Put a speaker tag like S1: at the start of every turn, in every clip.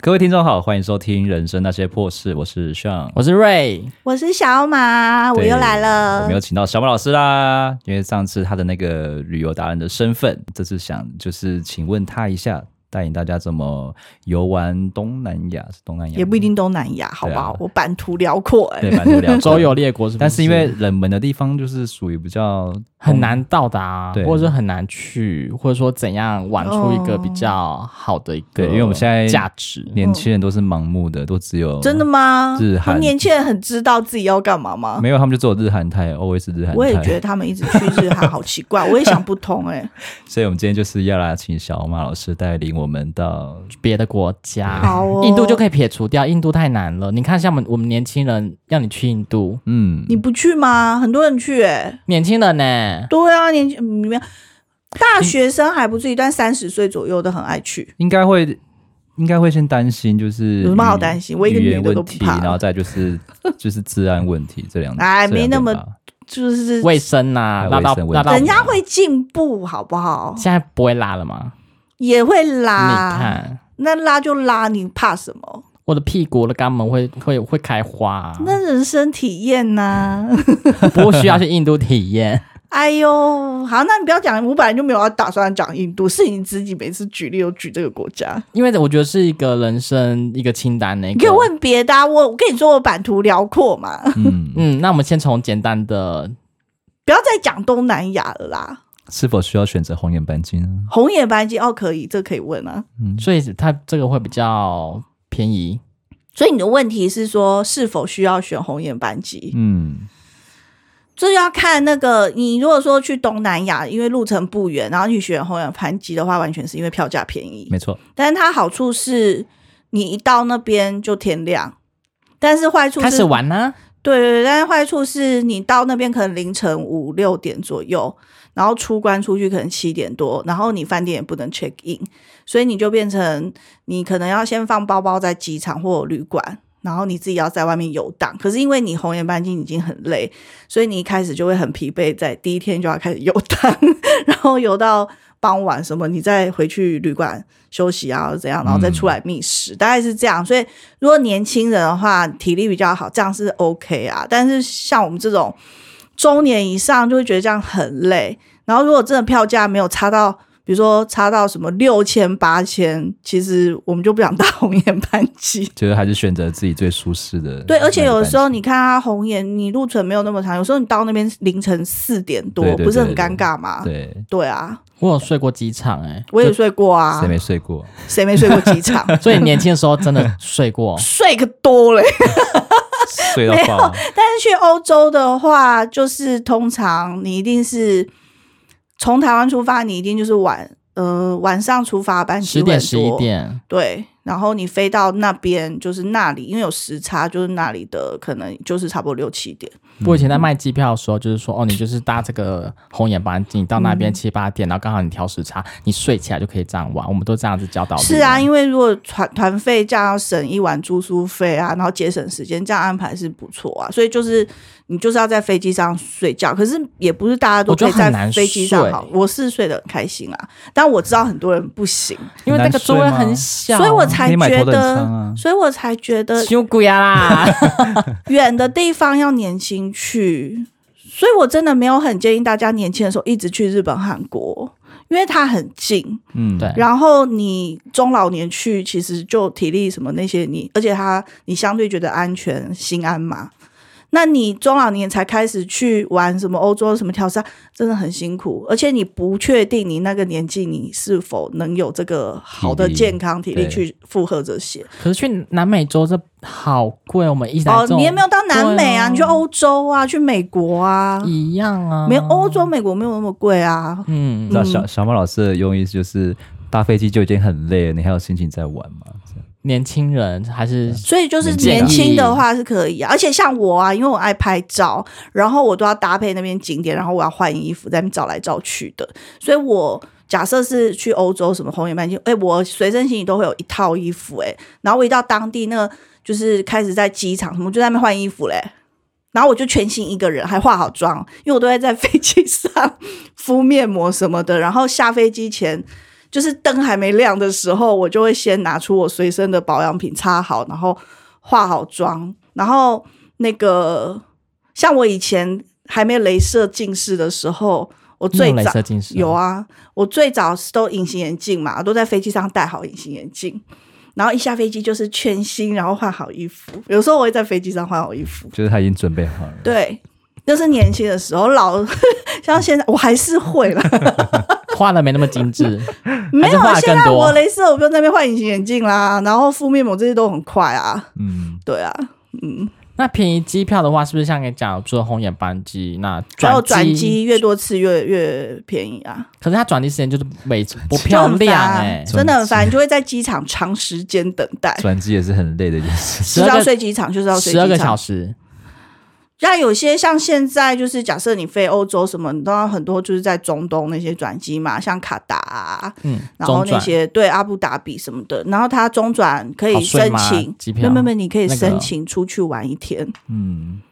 S1: 各位听众好，欢迎收听《人生那些破事》，我是 Sean，
S2: 我是瑞，
S3: 我是小马，我
S1: 对
S3: 又来
S1: 我
S3: 了
S1: 们。有请到小马老师啦，因为上次他的那个旅游达人的身份，这次想就是请问他一下，带领大家怎么游玩东南亚？是东南亚
S3: 也不一定东南亚，好不好？
S1: 对啊
S3: 我版图辽阔哎、
S1: 对，蛮多 聊
S2: 周游列国是不
S1: 但是因为冷门的地方就是属于比较
S2: 很难到达、啊
S1: 对
S2: 或者是很难去，或者说怎样玩出一个比较好的一个，
S1: 对因为我们现在
S2: 价值
S1: 年轻人都是盲目的，都只有
S3: 真的吗？
S1: 日韩
S3: 他们年轻人很知道自己要干嘛吗？
S1: 没有，他们就只有日韩台，always 日韩
S3: 我也觉
S1: 台。
S3: 得他们一直去日韩好奇 怪，我也想不通哎、
S1: 所以我们今天就是要来请小马老师带领我们到
S2: 别的国
S1: 啊
S2: 家，
S3: 好哦
S2: 印度就可以撇除掉，印度太难了。你看，像我们我们年轻人要你去印度，
S1: 嗯
S3: 你，不去吗？很多人去哎、
S2: 年轻人呢？
S3: 对啊，年轻嗯你们大学生还不至于，但三十岁左右的很爱去。
S1: 应该会。应该会先担心，就是
S3: 有什么好
S1: 语
S3: 担心我一个
S1: 语
S3: 女
S1: 言
S3: 的都
S1: 问
S3: 不
S1: 题，
S3: 怕
S1: 然后再就是 就是治安问题这两
S3: 哎
S1: 这两
S3: 没那
S1: 点
S3: 么
S1: 吧
S3: 就是
S2: 卫生呐、
S1: 还有
S2: 拉到
S1: 卫生问
S2: 拉
S1: 题
S2: 到，
S3: 人家会进步，好不好？
S2: 现在不会拉了吗？
S3: 也会
S2: 你
S3: 拉，
S2: 看
S3: 那拉就拉，你怕什么？
S2: 我的屁股，我的肛门会会会开花、啊
S1: 啊
S3: 那人生体验呐、
S2: 不需要去印度体验。
S3: 哎呦，好，那你不要讲，我本来就没有要打算讲印度，是你自己每次举例都举这个国家。
S2: 因为我觉得是一个人生一个清单呢、一
S3: 你
S2: 个
S3: 可以问别的、啊，我我跟你说，我版图辽阔嘛，
S1: 嗯，
S2: 嗯，那我们先从简单的，
S3: 不要再讲东南亚了啦。
S1: 是否需要选择红眼斑鲸呢？
S3: 红眼白鲸哦，可以，这可以问啊。
S1: 嗯，
S2: 所以它这个会比较便宜。
S3: 所以你的问题是说，是否需要选红眼班机？
S1: 嗯，
S3: 这要看那个你如果说去东南亚，因为路程不远，然后你选红眼班机的话，完全是因为票价便宜。
S1: 没错，
S3: 但是它好处是你一到那边就天亮，但是坏处
S2: 开
S3: 是
S2: 始玩啦、
S3: 对对对，但是坏处是你到那边可能凌晨五六点左右，然后出关出去可能七点多，然后你饭店也不能 check in，所以你就变成你可能要先放包包在机场或旅馆。然后你自己要在外面游荡，可是因为你红眼班机已经很累，所以你一开始就会很疲惫，在第一天就要开始游荡， 然后游到傍晚什么，你再回去旅馆休息啊，怎样，然后再出来觅食，大概是这样。所以如果年轻人的话，体力比较好，这样是 OK 啊。但是像我们这种中年以上，就会觉得这样很累。然后如果真的票价没有差到，比如说差到什么六千八千，其实我们就不想搭红眼班机。
S1: 觉得还是选择自己最舒适的。
S3: 对，而且有的时候
S1: 你
S3: 你看它红眼，你路程没有那么长，有时候你到那边凌晨四点多，
S1: 对对对
S3: 不是很尴尬吗？
S1: 对
S3: 对啊，
S2: 我有睡过机场哎、
S3: 我也睡过啊
S1: 谁，没睡 过？
S3: 谁没睡过机场？，
S2: 所以年轻的时候真的睡 过
S3: 睡个多嘞。
S1: 睡到爆，
S3: 但是去欧洲的话，就是通常你一定是从台湾出发，你一定就是晚呃晚上出发，班机
S2: 十
S3: 会很
S2: 点
S3: 多
S2: 十一点，
S3: 对，然后你飞到那边就是那里，因为有时差，就是那里的可能就是差不多六七点。
S2: 我以前在卖机票的时候，就是说哦，你就是搭这个红眼班机，你到那
S3: 嗯
S2: 边七八点，然后刚好你调时差，你睡起来就可以这样玩。我们都这样子教导。
S3: 是啊，，因为如果团团费这样要省一晚住宿费啊，然后节省时间，这样安排是不错啊。所以就是你就是要在飞机上睡觉，可是也不是大家都
S2: 我觉
S3: 可
S2: 得
S3: 以在
S2: 很难
S3: 飞机上
S2: 睡
S3: 好。我是睡得很开心啊，但我知道很多人不行。
S2: 因为那个
S1: 难睡
S2: 座位
S1: 吗
S2: 很小，
S3: 所以我才
S1: 可以买
S3: 觉
S1: 头等
S3: 得，
S1: 舱啊
S3: 所以我才觉得
S2: 羞鬼啊啦。
S3: 远的地方要年轻去。所以我真的没有很建议大家年轻的时候一直去日本、韩国，因为它很近。
S1: 嗯，
S2: 对
S3: 然后你中老年去，其实就体力什么那些你，而且它你相对觉得安全、心安嘛。那你中老年才开始去玩什么欧洲什么跳伞，真的很辛苦，而且你不确定你那个年纪你是否能有这个好的
S1: 体力
S3: 健康体力
S1: 对
S3: 去负荷这些。
S2: 可是去南美洲这好贵，我们一来
S3: 哦
S2: 这，种
S3: 你也没有到南美啊，
S2: 对啊
S3: 你去欧洲啊，去美国啊，
S2: 一样啊，
S3: 没有欧洲、美国没有那么贵啊。
S2: 嗯
S1: 你知道小小马老师的用意就是搭飞机就已经很累了，你还有心情在玩吗？
S2: 年轻人还是
S3: 所以就是
S1: 很健
S3: 年
S1: 康
S3: 轻的话是可以啊，而且像我啊，因为我爱拍照，然后我都要搭配那边景点，然后我要换衣服，在那边找来找去的，所以我。假设是去欧洲什么红眼半径，哎、我随身行李都会有一套衣服、哎，然后我一到当地那个就是开始在机场什么，就在那边换衣服嘞、然后我就全新一个人，还化好 妆，因为我都会在飞机上敷面膜什么的，然后下飞机前就是灯还没亮的时候，我就会先拿出我随身的保养品擦好，然后化好妆，然后那个像我以前还没镭射近视的时候，我
S2: 那
S3: 最
S2: 种镭
S3: 早
S2: 射近视哦
S3: 有，啊，我最早是都隐形眼镜嘛，都在飞机上戴好隐形眼镜，然后一下飞机就是全新，然后换好衣服。有时候我会在飞机上换好衣服。
S1: 就是他已经准备好了。
S3: 对，那是年轻的时候，老 像现在我还是会 啦，
S2: 画的没那么精致，
S3: 没
S2: 还是
S3: 有
S2: 画
S3: 啊。
S2: 得
S3: 现在
S2: 更多
S3: 我镭射，我不用在那边换隐形眼镜啦，然后敷面膜这些都很快啊。
S1: 嗯，
S3: 对啊，
S2: 那便宜机票的话，是不是像你讲，除了红眼班机，那
S3: 还有哦
S2: 转
S3: 转？机越多次越越便宜啊，
S2: 可是它转机时间就是每次不
S3: 就
S2: 漂
S3: 很
S2: 亮
S3: 烦，
S2: 哎、
S3: 真的很烦，你就会在机场长时间等待，
S1: 转机也是很累的一件事。
S3: 是
S2: 12
S3: 要
S2: 个
S3: 睡机场就是要睡
S2: 十二
S3: 机
S2: 个
S3: 场
S2: 小，时，
S3: 像有些像现在就是，假设你飞欧洲什么，你都要很多就是在中东那些转机嘛，像卡达、啊，
S2: 嗯，
S3: 然后
S2: 中
S3: 那
S2: 转
S3: 些对阿布达比什么的，然后它中转可
S2: 好
S3: 以
S2: 睡
S3: 申
S2: 吗
S3: 请
S2: 机，
S3: 没
S2: 票
S3: 有没有，你可以
S2: 那个
S3: 申请出去玩一天。
S1: 嗯，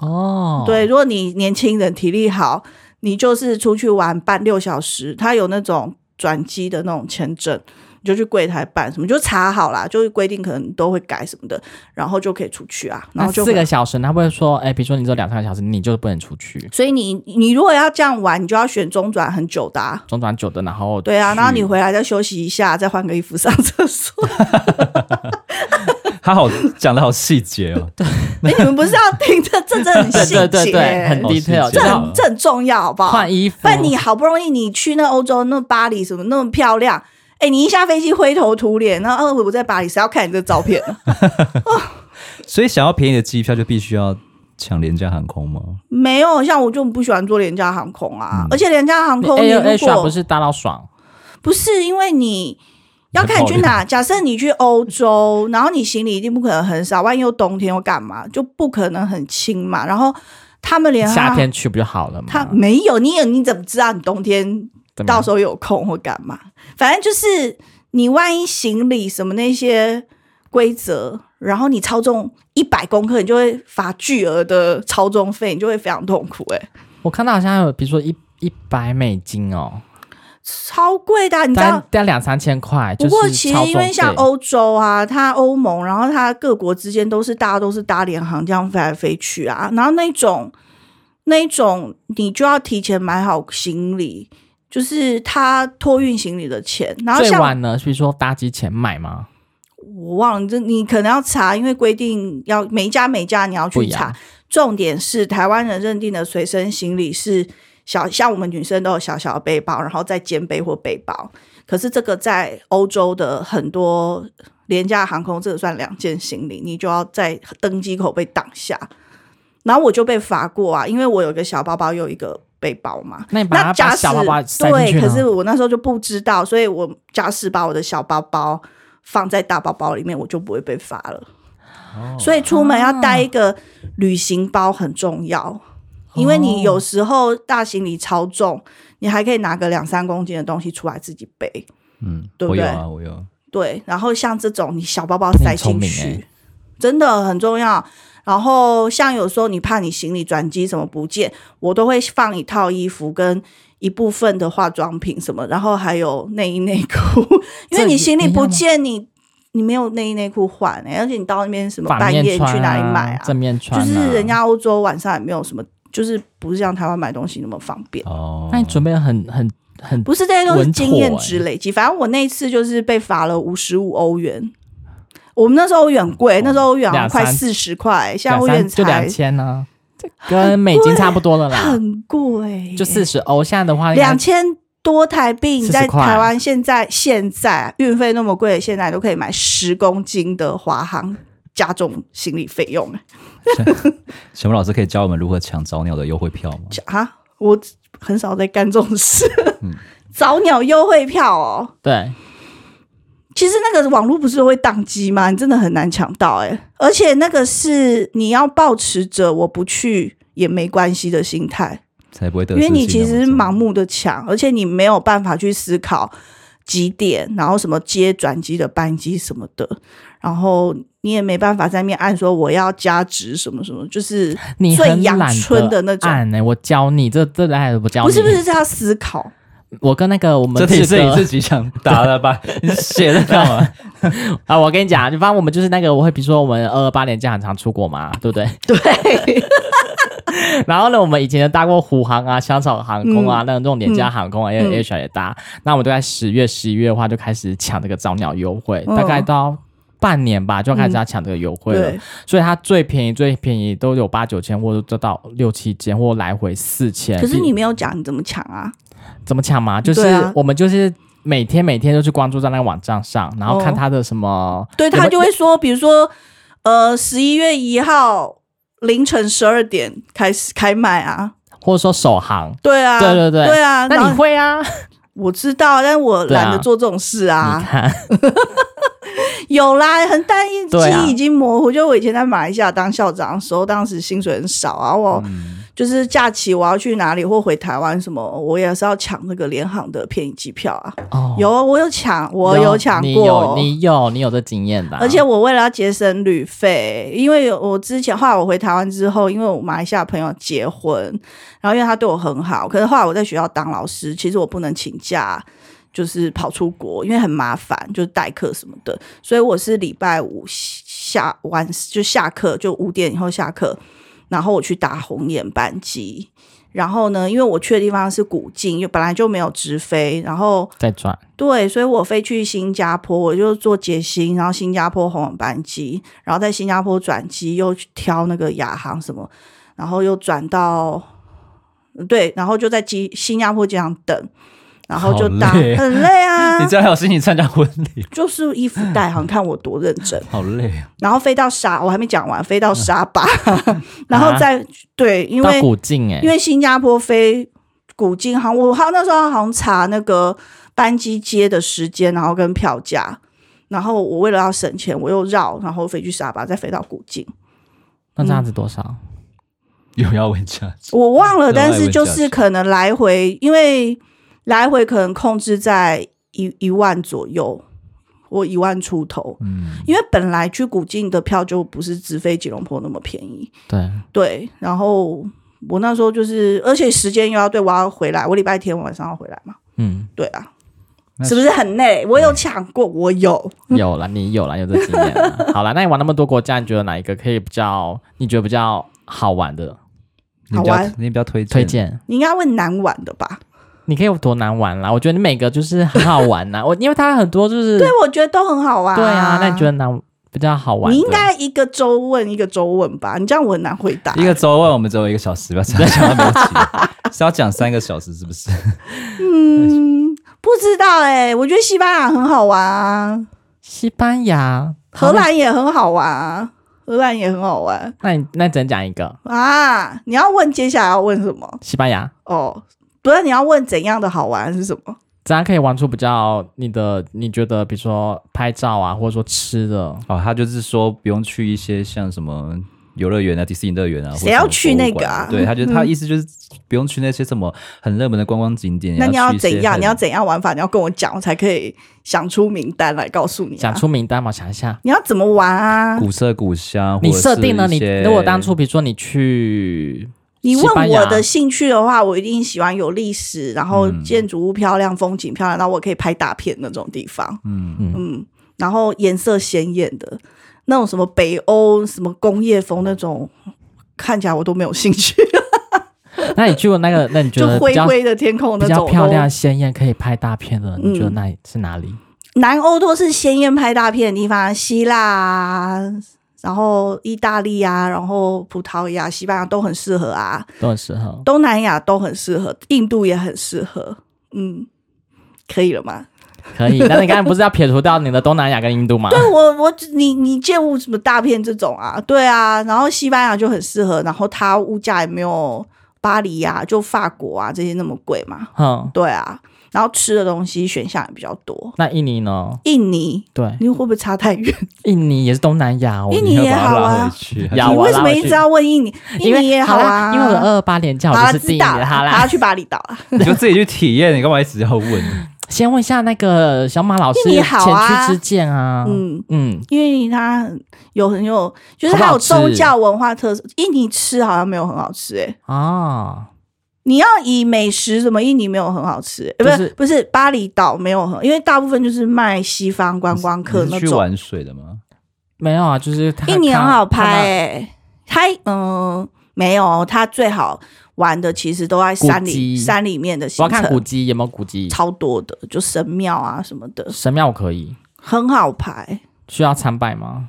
S2: 哦，
S3: 对，如果你年轻人体力好，你就是出去玩办六小时，它有那种转机的那种签证。你就去柜台办什么，你就查好啦，就是规定可能都会改什么的，然后就可以出去啊，然
S2: 那
S3: 后就
S2: 四
S3: 回
S2: 个小时，他会说，哎、比如说你只有两三个小时，你就不能出去，
S3: 所以你你如果要这样玩，你就要选中转很久的、啊。
S2: 中转久的，然后
S3: 对啊，
S2: 去
S3: 然后你回来再休息一下，再换个衣服上厕 所。
S1: 他好讲的好细节 哦。
S3: 哎、你们不是要听这这这 很
S2: 对
S3: 细节、
S2: 对对对，很
S1: 好细节
S2: detail，就
S3: 这
S2: 是
S1: 好
S3: 很这很重要，好不好？
S2: 换衣服，
S3: 不然你好不容易你去那欧洲那巴黎什么那么漂亮，哎、你一下飞机灰头土脸，然后呃我在巴黎，谁要看你这照片啊？
S1: 所以想要便宜的机票，就必须要抢廉价航空吗？
S3: 没有，像我就不喜欢坐廉价航空啊，而且廉价航空你如
S2: 嗯 A A
S3: 果
S2: 刷不是搭到爽，
S3: 不是因为你要看你去哪。假设你去欧洲，然后你行李一定不可能很少，万一又冬天又干嘛，就不可能很轻嘛。然后他们连啊
S2: 夏天去不就好了吗？
S3: 他没有，你有你怎么知道你冬天
S2: 怎么样
S3: 到时候有空或干嘛？反正就是你万一行李什么那些规则，然后你超重一百公克，你就会罚巨额的超重费，你就会非常痛苦、欸。
S2: 我看到好像有，比如说一一百美金哦，
S3: 超贵的啊、你知
S2: 大
S3: 道
S2: 概大概两三千块，
S3: 不
S2: 就
S3: 过
S2: 是
S3: 其实
S2: 超
S3: 因为
S2: 重
S3: 像
S2: 费
S3: 欧洲啊，它欧盟，然后它各国之间都是大家都是搭联航这样飞来飞去啊，然后那种那种你就要提前买好行李，就是它托运行李的钱，然后
S2: 最
S3: 像
S2: 晚呢，比如说搭机前买吗？
S3: 我忘了，这你可能要查，因为规定要每一家每一家你要
S2: 不
S3: 去
S2: 一样
S3: 查。重点是台湾人认定的随身行李是小，像我们女生都有小小的背包，然后再肩背或背包。可是这个在欧洲的很多廉价航空，这个算两件行李，你就要在登机口被挡下。然后我就被罚过啊，因为我有一个小包包，又有一个背包嘛。
S2: 那你把
S3: 那
S2: 它
S3: 假
S2: 把
S3: 使
S2: 小包包塞进去
S3: 对，可
S2: 呢？
S3: 是我那时候就不知道，所以我假使把我的小包包放在大包包里面，我就不会被罚了。
S2: 哦
S3: 所以出门要
S2: 啊
S3: 带一个旅行包很重要，因为
S2: 哦
S3: 你有时候大行李超重，你还可以拿个两三公斤的东西出来自己背。
S1: 嗯，
S3: 对不
S1: 我有
S3: 对
S1: 啊，我有。
S3: 对，然后像这种你小包包塞进去，
S2: 那你很聪明欸
S3: 真的很重要。然后像有时候你怕你行李转机什么不见，我都会放一套衣服跟一部分的化妆品什么，然后还有内衣内裤，因为你行李不见你。你没有内衣内裤换、欸，而且你到那边什么
S2: 反
S3: 半
S2: 面
S3: 夜你
S2: 穿啊
S3: 去哪里买
S2: 正面穿、
S3: 就
S2: 啊，
S3: 是人。家欧洲晚上也没有什么，就是不是像台湾买东西那么方便。
S1: 哦，
S2: 那你准备得很很很
S3: 不是这些都是
S2: 稳妥欸
S3: 经验值累积。反正我那次就是被罚了五十五欧元。我们那时候欧元很贵，那时候欧元好像快
S2: 哦两三
S3: 四十块，现在
S2: 两
S3: 欧
S2: 三
S3: 元
S2: 就
S3: 才
S2: 两千呢， 跟美金差不多了啦，
S3: 很贵，
S2: 就四十欧。现在的话应该，
S3: 两千多台币。你在
S2: 40块
S3: 台湾现在现在运费那么贵，现在都可以买十公斤的华航加重行李费用
S1: 小孟老师可以教我们如何抢早鸟的优惠票吗？
S3: 啊！我很少在干这种事，
S2: 嗯
S3: 早鸟优惠票哦。
S2: 对，
S3: 其实那个网络不是会宕机吗？你真的很难抢到哎、而且那个是你要保持着我不去也没关系的心态，
S1: 才不会得
S3: 因
S1: 失
S3: 为
S1: 心啊那么重。
S3: 你其实是盲目的抢，而且你没有办法去思考几点，然后什么接转机的班机什么的，然后你也没办法在面按说我要加值什么什么，就是
S2: 你
S3: 最
S2: 很
S3: 阳
S2: 懒欸
S3: 春的那种
S2: 按呢、我教你，这这来都不教你，
S3: 不是不是是要思考。
S2: 我跟那个我们
S1: 这题
S2: 志
S1: 是你
S2: 哥
S1: 自 己想答的 吧？你写的干嘛？
S2: 啊，我跟你讲，反正我们就是那个，我会比如说我们二二八年假很常出国嘛，对不对？
S3: 对，
S2: 然后呢，我们以前就搭过虎航啊、香草航空
S3: 嗯
S2: 啊，那种这种廉价航空啊，也 H 也搭。那我们都在十月、十一月的话，就开始抢这个早鸟优惠，
S3: 嗯
S2: 大概到半年吧，就开始要抢这个优惠了。
S3: 对
S2: 所以它最便宜、最便宜都有八九千，或者到六七千，或来回四千。
S3: 可是你没有讲你怎么抢啊？
S2: 怎么抢嘛？就是
S3: 对啊
S2: 我们就是。每天每天都去关注在那个网站上，然后看
S3: 哦
S2: 它的什么，
S3: 对
S2: 有没
S3: 他
S2: 有
S3: 就会说，比如说，呃，十一月一号凌晨十二点开始开卖啊。
S2: 或者说首航，
S3: 对啊，
S2: 对对对
S3: 对啊。然
S2: 那
S3: 后
S2: 你会啊？
S3: 我知道，但我
S2: 对啊
S3: 懒得做这种事
S2: 你
S3: 啊。
S2: 看，
S3: 有啦，很但一
S2: 对啊
S3: 记忆已经模糊。就我以前在马来西亚当校长的时候，当时薪水很少啊，我
S2: 嗯
S3: 就是假期我要去哪里或回台湾什么，我也是要抢那个联航的便宜机票啊。
S2: 哦
S3: 有，我有抢，我
S2: 有
S3: 有抢
S2: 你有
S3: 过。
S2: 你有你有这经验的啊、
S3: 而且我为了要节省旅费，因为有我之前后来我回台湾之后，因为我马来西亚朋友结婚，然后因为他对我很好，可是后来我在学校当老师，其实我不能请假，就是跑出国，因为很麻烦，就是代课什么的，所以我是礼拜五下晚就下课，就五点以后下课，然后我去打红眼班机。然后呢，因为我去的地方是古晋，又本来就没有直飞，然后
S2: 再转，
S3: 对，所以我飞去新加坡，我就坐捷星，然后新加坡红眼班机，然后在新加坡转机，又去挑那个亚航什么，然后又转到对，然后就在机新加坡机场等，然后就搭，
S1: 好累
S3: 很累 啊
S1: 你，这样还有心情参加婚礼，
S3: 就是衣服带好，你看我多认真。
S1: 好累啊！
S3: 然后飞到沙，我还没讲完，飞到沙 巴，然后
S2: 啊
S3: 再、对，因为
S2: 到古晋哎、
S3: 因为新加坡飞古晋航，我好那时候好像查那个班机接的时间，然后跟票价，然后我为了要省钱，我又绕，然后飞去沙巴，再飞到古晋，
S2: 那这样子多少？
S3: 嗯
S1: 有要问价值，
S3: 我忘了，
S1: 另外一
S3: 但
S1: 位
S3: 是就
S1: 价
S3: 是
S1: 值
S3: 可能来回，因为来回可能控制在一一万左右。或一万出头，
S1: 嗯，
S3: 因为本来去古晋的票就不是直飞吉隆坡那么便宜，
S2: 对，
S3: 对，然后我那时候就是，而且时间又要对，我要回来，我礼拜天晚上要回来嘛。
S2: 嗯，
S3: 对啊，
S1: 那
S3: 是不是很累？我有抢过，我有。
S2: 有了，你有了，有这经验 了。好了，那你玩那么多国家，你觉得哪一个可以比较？你觉得比较好玩的
S1: 你比
S3: 好
S1: 较
S3: 玩
S1: 你比较推
S2: 推荐？
S3: 你应该问难玩的吧？
S2: 你可以有多难玩啦？我觉得你每个就是很好玩呐、我因为它很多就是
S3: 对，哎我觉得都很好玩。
S2: 对啊，那你觉得难比较好玩的？
S3: 你应该一个周问一个周问吧？你这样我很难回答。
S1: 一个周问我们只有一个小时，不要讲到没有 几是要讲三个小时是不是？
S3: 嗯，不知道哎、我觉得西班牙很好玩啊，
S2: 西班牙、
S3: 荷
S2: 好。
S3: 兰也很好玩啊，荷兰也很好玩
S2: 那那你那只能讲一个
S3: 啊。你要问接下来要问什么？
S2: 西班牙，
S3: 哦，不是你要问怎样的好玩是什么？
S2: 怎样可以玩出比较你的？你觉得比如说拍照啊，或者说吃的，
S1: 哦，他就是说不用去一些像什么游乐园啊、迪士尼乐园啊，
S3: 谁要去 那个啊
S1: 或者什么博物馆对，他就是、他意思就是不用去那些什么很热门的观光景点。
S3: 那你要
S1: 去一些
S3: 怎样？
S1: 很
S3: 你要怎样玩法？你要跟我讲，我才可以想出名单来告诉你、啊。
S2: 讲出名单嘛，想一下。
S3: 你要怎么玩啊？
S1: 古色古香？
S2: 你
S1: 或者
S2: 设定了
S1: 是
S2: 你
S1: 一些，
S2: 如果当初比如说你去
S3: 你
S2: 西班
S3: 问
S2: 牙嗯
S3: 我的兴趣的话，我一定喜欢有历史，然后建筑物漂亮、风景漂亮，然后我可以拍大片那种地方。
S1: 嗯
S2: 嗯
S3: 嗯，然后颜色鲜艳的那种什么北欧什么工业风那种，看起来我都没有兴 趣，
S2: 那你去过那个，那你觉
S3: 就
S2: 得比
S3: 灰
S2: 较
S3: 灰的天空
S2: 比
S3: 那
S2: 较
S3: 种
S2: 漂
S3: 都
S2: 亮、鲜艳，可以拍大片的，你
S3: 嗯
S2: 觉得那是哪里？
S3: 南欧都是鲜艳拍大片的地方，希腊啊，然后意大利啊，然后葡萄牙、西班牙都很适合啊，
S2: 都很适合。
S3: 东南亚都很适合，印度也很适合，嗯，可以了吗？
S2: 可以，但是你刚才不是要撇除掉你的东南亚跟印度吗？
S3: 对我我你你见物什么大片这种啊？对啊，然后西班牙就很适合，然后它物价也没有巴黎啊，就法国啊这些那么贵嘛，
S2: 哼，
S3: 对啊，然后吃的东西选项也比较多。
S2: 那印尼呢？
S3: 印尼，
S2: 对，
S3: 你会不会差太远？
S2: 印尼也是东南亚哦。
S3: 印尼
S1: 你要
S3: 也
S1: 把它
S3: 好
S1: 拉
S3: 啊
S1: 回去
S2: 呀
S3: 你
S2: 我
S3: 为
S2: 拉
S3: 什么
S2: 回
S3: 一
S2: 去
S3: 直要问印尼？
S2: 因
S3: 印
S2: 为
S3: 尼也
S2: 好
S3: 啊，
S2: 因为我的二二八年假
S3: 好
S2: 我
S3: 啦
S2: 就是
S3: 知
S2: 定
S3: 道
S2: 的，
S3: 了，
S2: 好
S3: 大
S2: 啦
S3: 家。去巴厘岛啦。
S1: 你就自己去体验，你干嘛一直要问？
S2: 先问一下那个小马老师
S3: 印尼
S2: 前
S3: 好啊
S2: 驱之剑啊，嗯
S3: 嗯，
S2: 嗯，
S3: 因为它很有很有，就是
S2: 好不
S3: 它
S2: 好
S3: 有宗
S2: 吃
S3: 欸教文化特色。印尼吃好像没有很好吃诶、
S2: 啊，
S3: 你要以美食怎么印尼没有很好吃、欸
S2: 就
S3: 不
S2: 是
S3: 是不是巴厘岛没有很，因为大部分就是卖西方观光客
S1: 你
S3: 那
S1: 是去
S3: 种。
S1: 玩水的 吗？
S2: 没有啊，就是他
S3: 印尼很好
S2: 看
S3: 拍、欸，它嗯、没有，它最好玩的其实都在山
S2: 古迹
S3: 里山里面的
S2: 我
S3: 行
S2: 要看古
S3: 程，
S2: 迹有没有古迹，
S3: 超多的，就神庙啊什么的，
S2: 神庙我可以，
S3: 很好排，
S2: 需要参拜吗？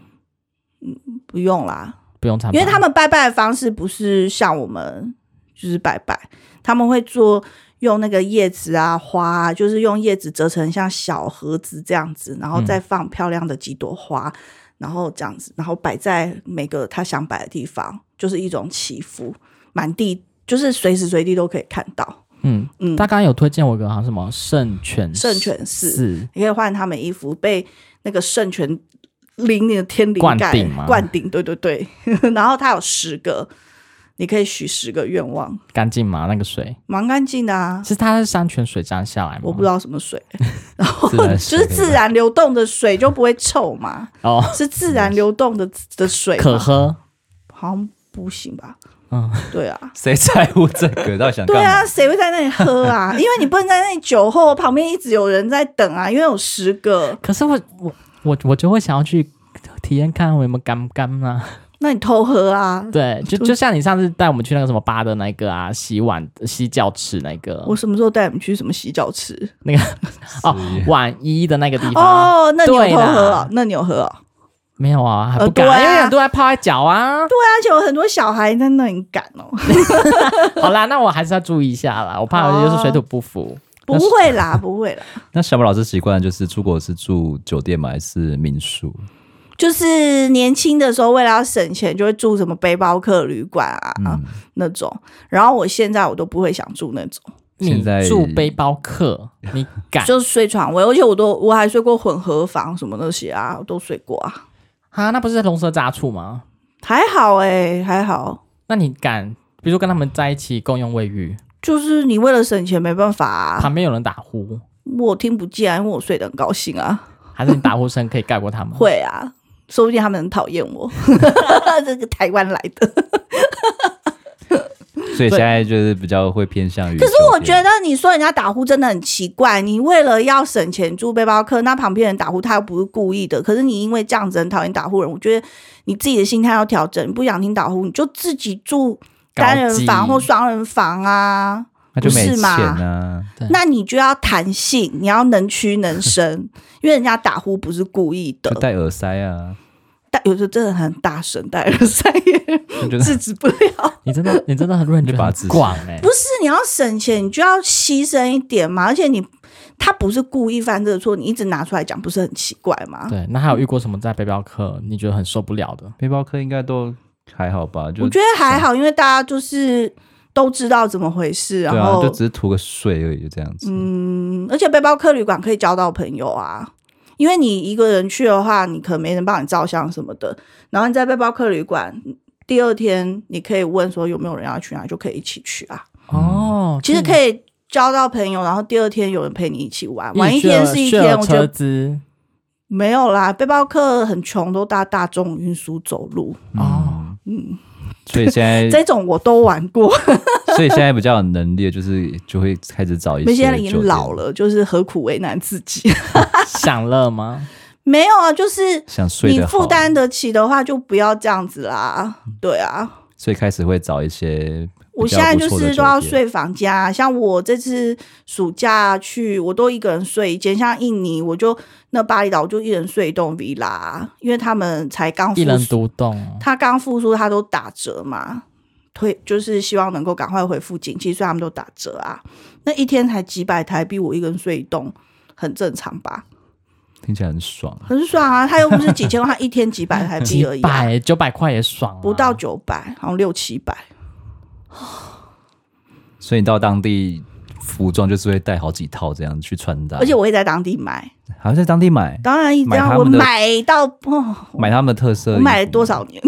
S3: 不用啦。
S2: 不用参拜，
S3: 因为他们拜拜的方式不是像我们就是拜拜，他们会做用那个叶子啊、花啊，就是用叶子折成像小盒子这样子，然后再放漂亮的几朵花，然后这样子，然后摆在每个他想摆的地方，就是一种祈福，满地就是随时随地都可以看到。
S2: 嗯
S3: 嗯
S2: 嗯，他刚刚有推荐我一个好像什么圣泉
S3: 圣泉寺
S2: 寺，
S3: 你可以换他们衣服，被那个圣泉淋那个天灵盖
S2: 灌顶吗
S3: 灌顶，对对对。 然后它有十个，你可以许十个愿望。
S2: 干净吗？那个水
S3: 蛮干净的啊，
S2: 是它是山泉水这样下来吗？
S3: 我不知道什么水，
S1: 自然 水
S3: 就是自然流动的水就不会臭嘛，
S2: 哦，
S3: 是自然流动的的水嘛，
S2: 可喝。
S3: 好像不行吧？
S2: 嗯，
S3: 对啊，
S1: 谁在乎这个？到底想干
S3: 对
S1: 嘛？
S3: 啊，谁会在那里喝啊？ 因为你不能在那里酒后旁边一直有人在等啊，因为有十个，
S2: 可是我我我我就会想要去体验看我有没有干不干呢、
S3: 那你偷喝啊？
S2: 对，就就像你上次带我们去那个什么吧的那个啊，洗碗洗脚池那个
S3: 我什么时候带你们去什么洗脚池？
S2: 那个哦
S1: 是
S2: 碗衣的那个地方，
S3: 哦，那你有
S2: 对
S3: 偷
S2: 啦
S3: 喝啊？那你有喝啊？
S2: 没有啊，还
S3: 呃
S2: 不敢，
S3: 对啊
S2: 因为很多人泡在脚啊。
S3: 对啊，而且有很多小孩在那里赶 哦，啊
S2: 好啦，那我还是要注意一下啦，我怕
S3: 哦
S2: 我就是水土不服。
S3: 不会啦，不会啦。
S1: 那小宝老师习惯就是出国是住酒店嘛，还是民宿？
S3: 就是年轻的时候，为了要省钱，就会住什么背包客旅馆啊、
S1: 嗯
S2: 嗯
S3: 那种。然后我现在我都不会想住那种，
S2: 你
S1: 现在
S2: 住背包 客，你敢
S3: 就是睡床位，而且我都我还睡过混合房什么那些啊，我都睡过啊，
S2: 啊？那不是龙蛇杂处吗？
S3: 还好哎、还好。
S2: 那你敢，比如说跟他们在一起共用卫浴，
S3: 就是你为了省钱没办法、啊，
S2: 旁边有人打呼，
S3: 我听不见、啊，因为我睡得很高兴啊，
S2: 还是你打呼声可以盖过他们？
S3: 会啊，说不定他们很讨厌 我，这个台湾来的。
S1: 所以现在就是比较会偏向于酒店。
S3: 可是我觉得你说人家打呼真的很奇怪，你为了要省钱住背包客，那旁边人打呼他又不是故意的，可是你因为这样子很讨厌打呼人，我觉得你自己的心态要调整，你不想听打呼，你就自己住单人
S1: 嗯
S3: 房
S2: 高
S3: 或
S2: 级
S3: 双人房啊。
S1: 那就没
S3: 不是
S1: 钱
S3: 嘛
S1: 啊，
S2: 对
S3: 那你就要弹性，你要能屈能伸，因为人家打呼不是故意的
S1: 就，戴耳塞啊，
S3: 但有时候真的很大声，戴耳塞 也
S1: 就觉得
S3: 制止不了。
S2: 你真的，你真的很认真，
S1: 把它
S2: 很
S1: 自
S2: 广哎、
S3: 不是你要省钱，你就要牺牲一点嘛。而且你他不是故意犯这个错，你一直拿出来讲，不是很奇怪吗？
S2: 对，那还有遇过什么在背包客你觉得很受不了的？
S1: 背包客应该都还好吧？就
S3: 我觉得还好，因为大家就是都知道怎么回事，
S1: 对
S3: 然
S1: 啊，
S3: 后、
S1: 就只是图个睡而已，就这样子。
S3: 嗯，而且背包客旅馆可以交到朋友啊。因为你一个人去的话，你可能没人帮你照相什么的。然后你在背包客旅馆，第二天你可以问说有没有人要去哪，就可以一起去啊。
S2: 哦，
S3: 其实
S2: 以
S3: 可以交到朋友，然后第二天有人陪你一起玩，玩一
S1: 啊
S3: 天是一天，我觉
S2: 车
S3: 得
S2: 资
S3: 没有啦，背包客很穷，都搭大众运输走路，
S2: 哦，
S1: 嗯
S3: 嗯
S1: 所以 现在，
S3: 这种我都玩过。
S1: 所以现在比较有能力，的就是就会开始找一些
S3: 那
S1: 酒
S3: 现
S1: 店。
S3: 在已经老了，就是何苦为难自己？
S2: 享乐吗？
S3: 没有啊，就是
S1: 想睡
S3: 你
S1: 得好啊
S3: 负担得起的话，就不要这样子啦。对啊，
S1: 所以开始会找一些
S3: 我
S1: 比较
S3: 现在
S1: 不
S3: 就
S1: 错的
S3: 是
S1: 酒
S3: 都要
S1: 店
S3: 睡房间啊，像我这次暑假去，我都一个人睡一间。像印尼，我就那巴厘岛，我就一人睡一栋 villa，因为啊他们才刚
S2: 一
S3: 复
S2: 人
S3: 苏
S2: 独栋，
S3: 他刚复苏，他都打折嘛，推就是希望能够赶快恢复景气，所以他们都打折啊。那一天才几百台币，我一个人睡一栋，很正常吧？
S1: 听起来很爽。
S3: 很爽啊！他又不是几千万，他一天几 百台币而已、啊，
S2: 百九百块也爽、啊，
S3: 不到九百，好像六七百。
S1: 所以你到当地服装就是会带好几套这样去穿搭，
S3: 而且我会在当地买，
S1: 还要在当地买
S3: 当然一定
S1: 买他
S3: 要
S1: 们
S3: 我
S1: 的
S3: 买到哦，
S1: 买他们的特色。
S3: 我买了多？少年，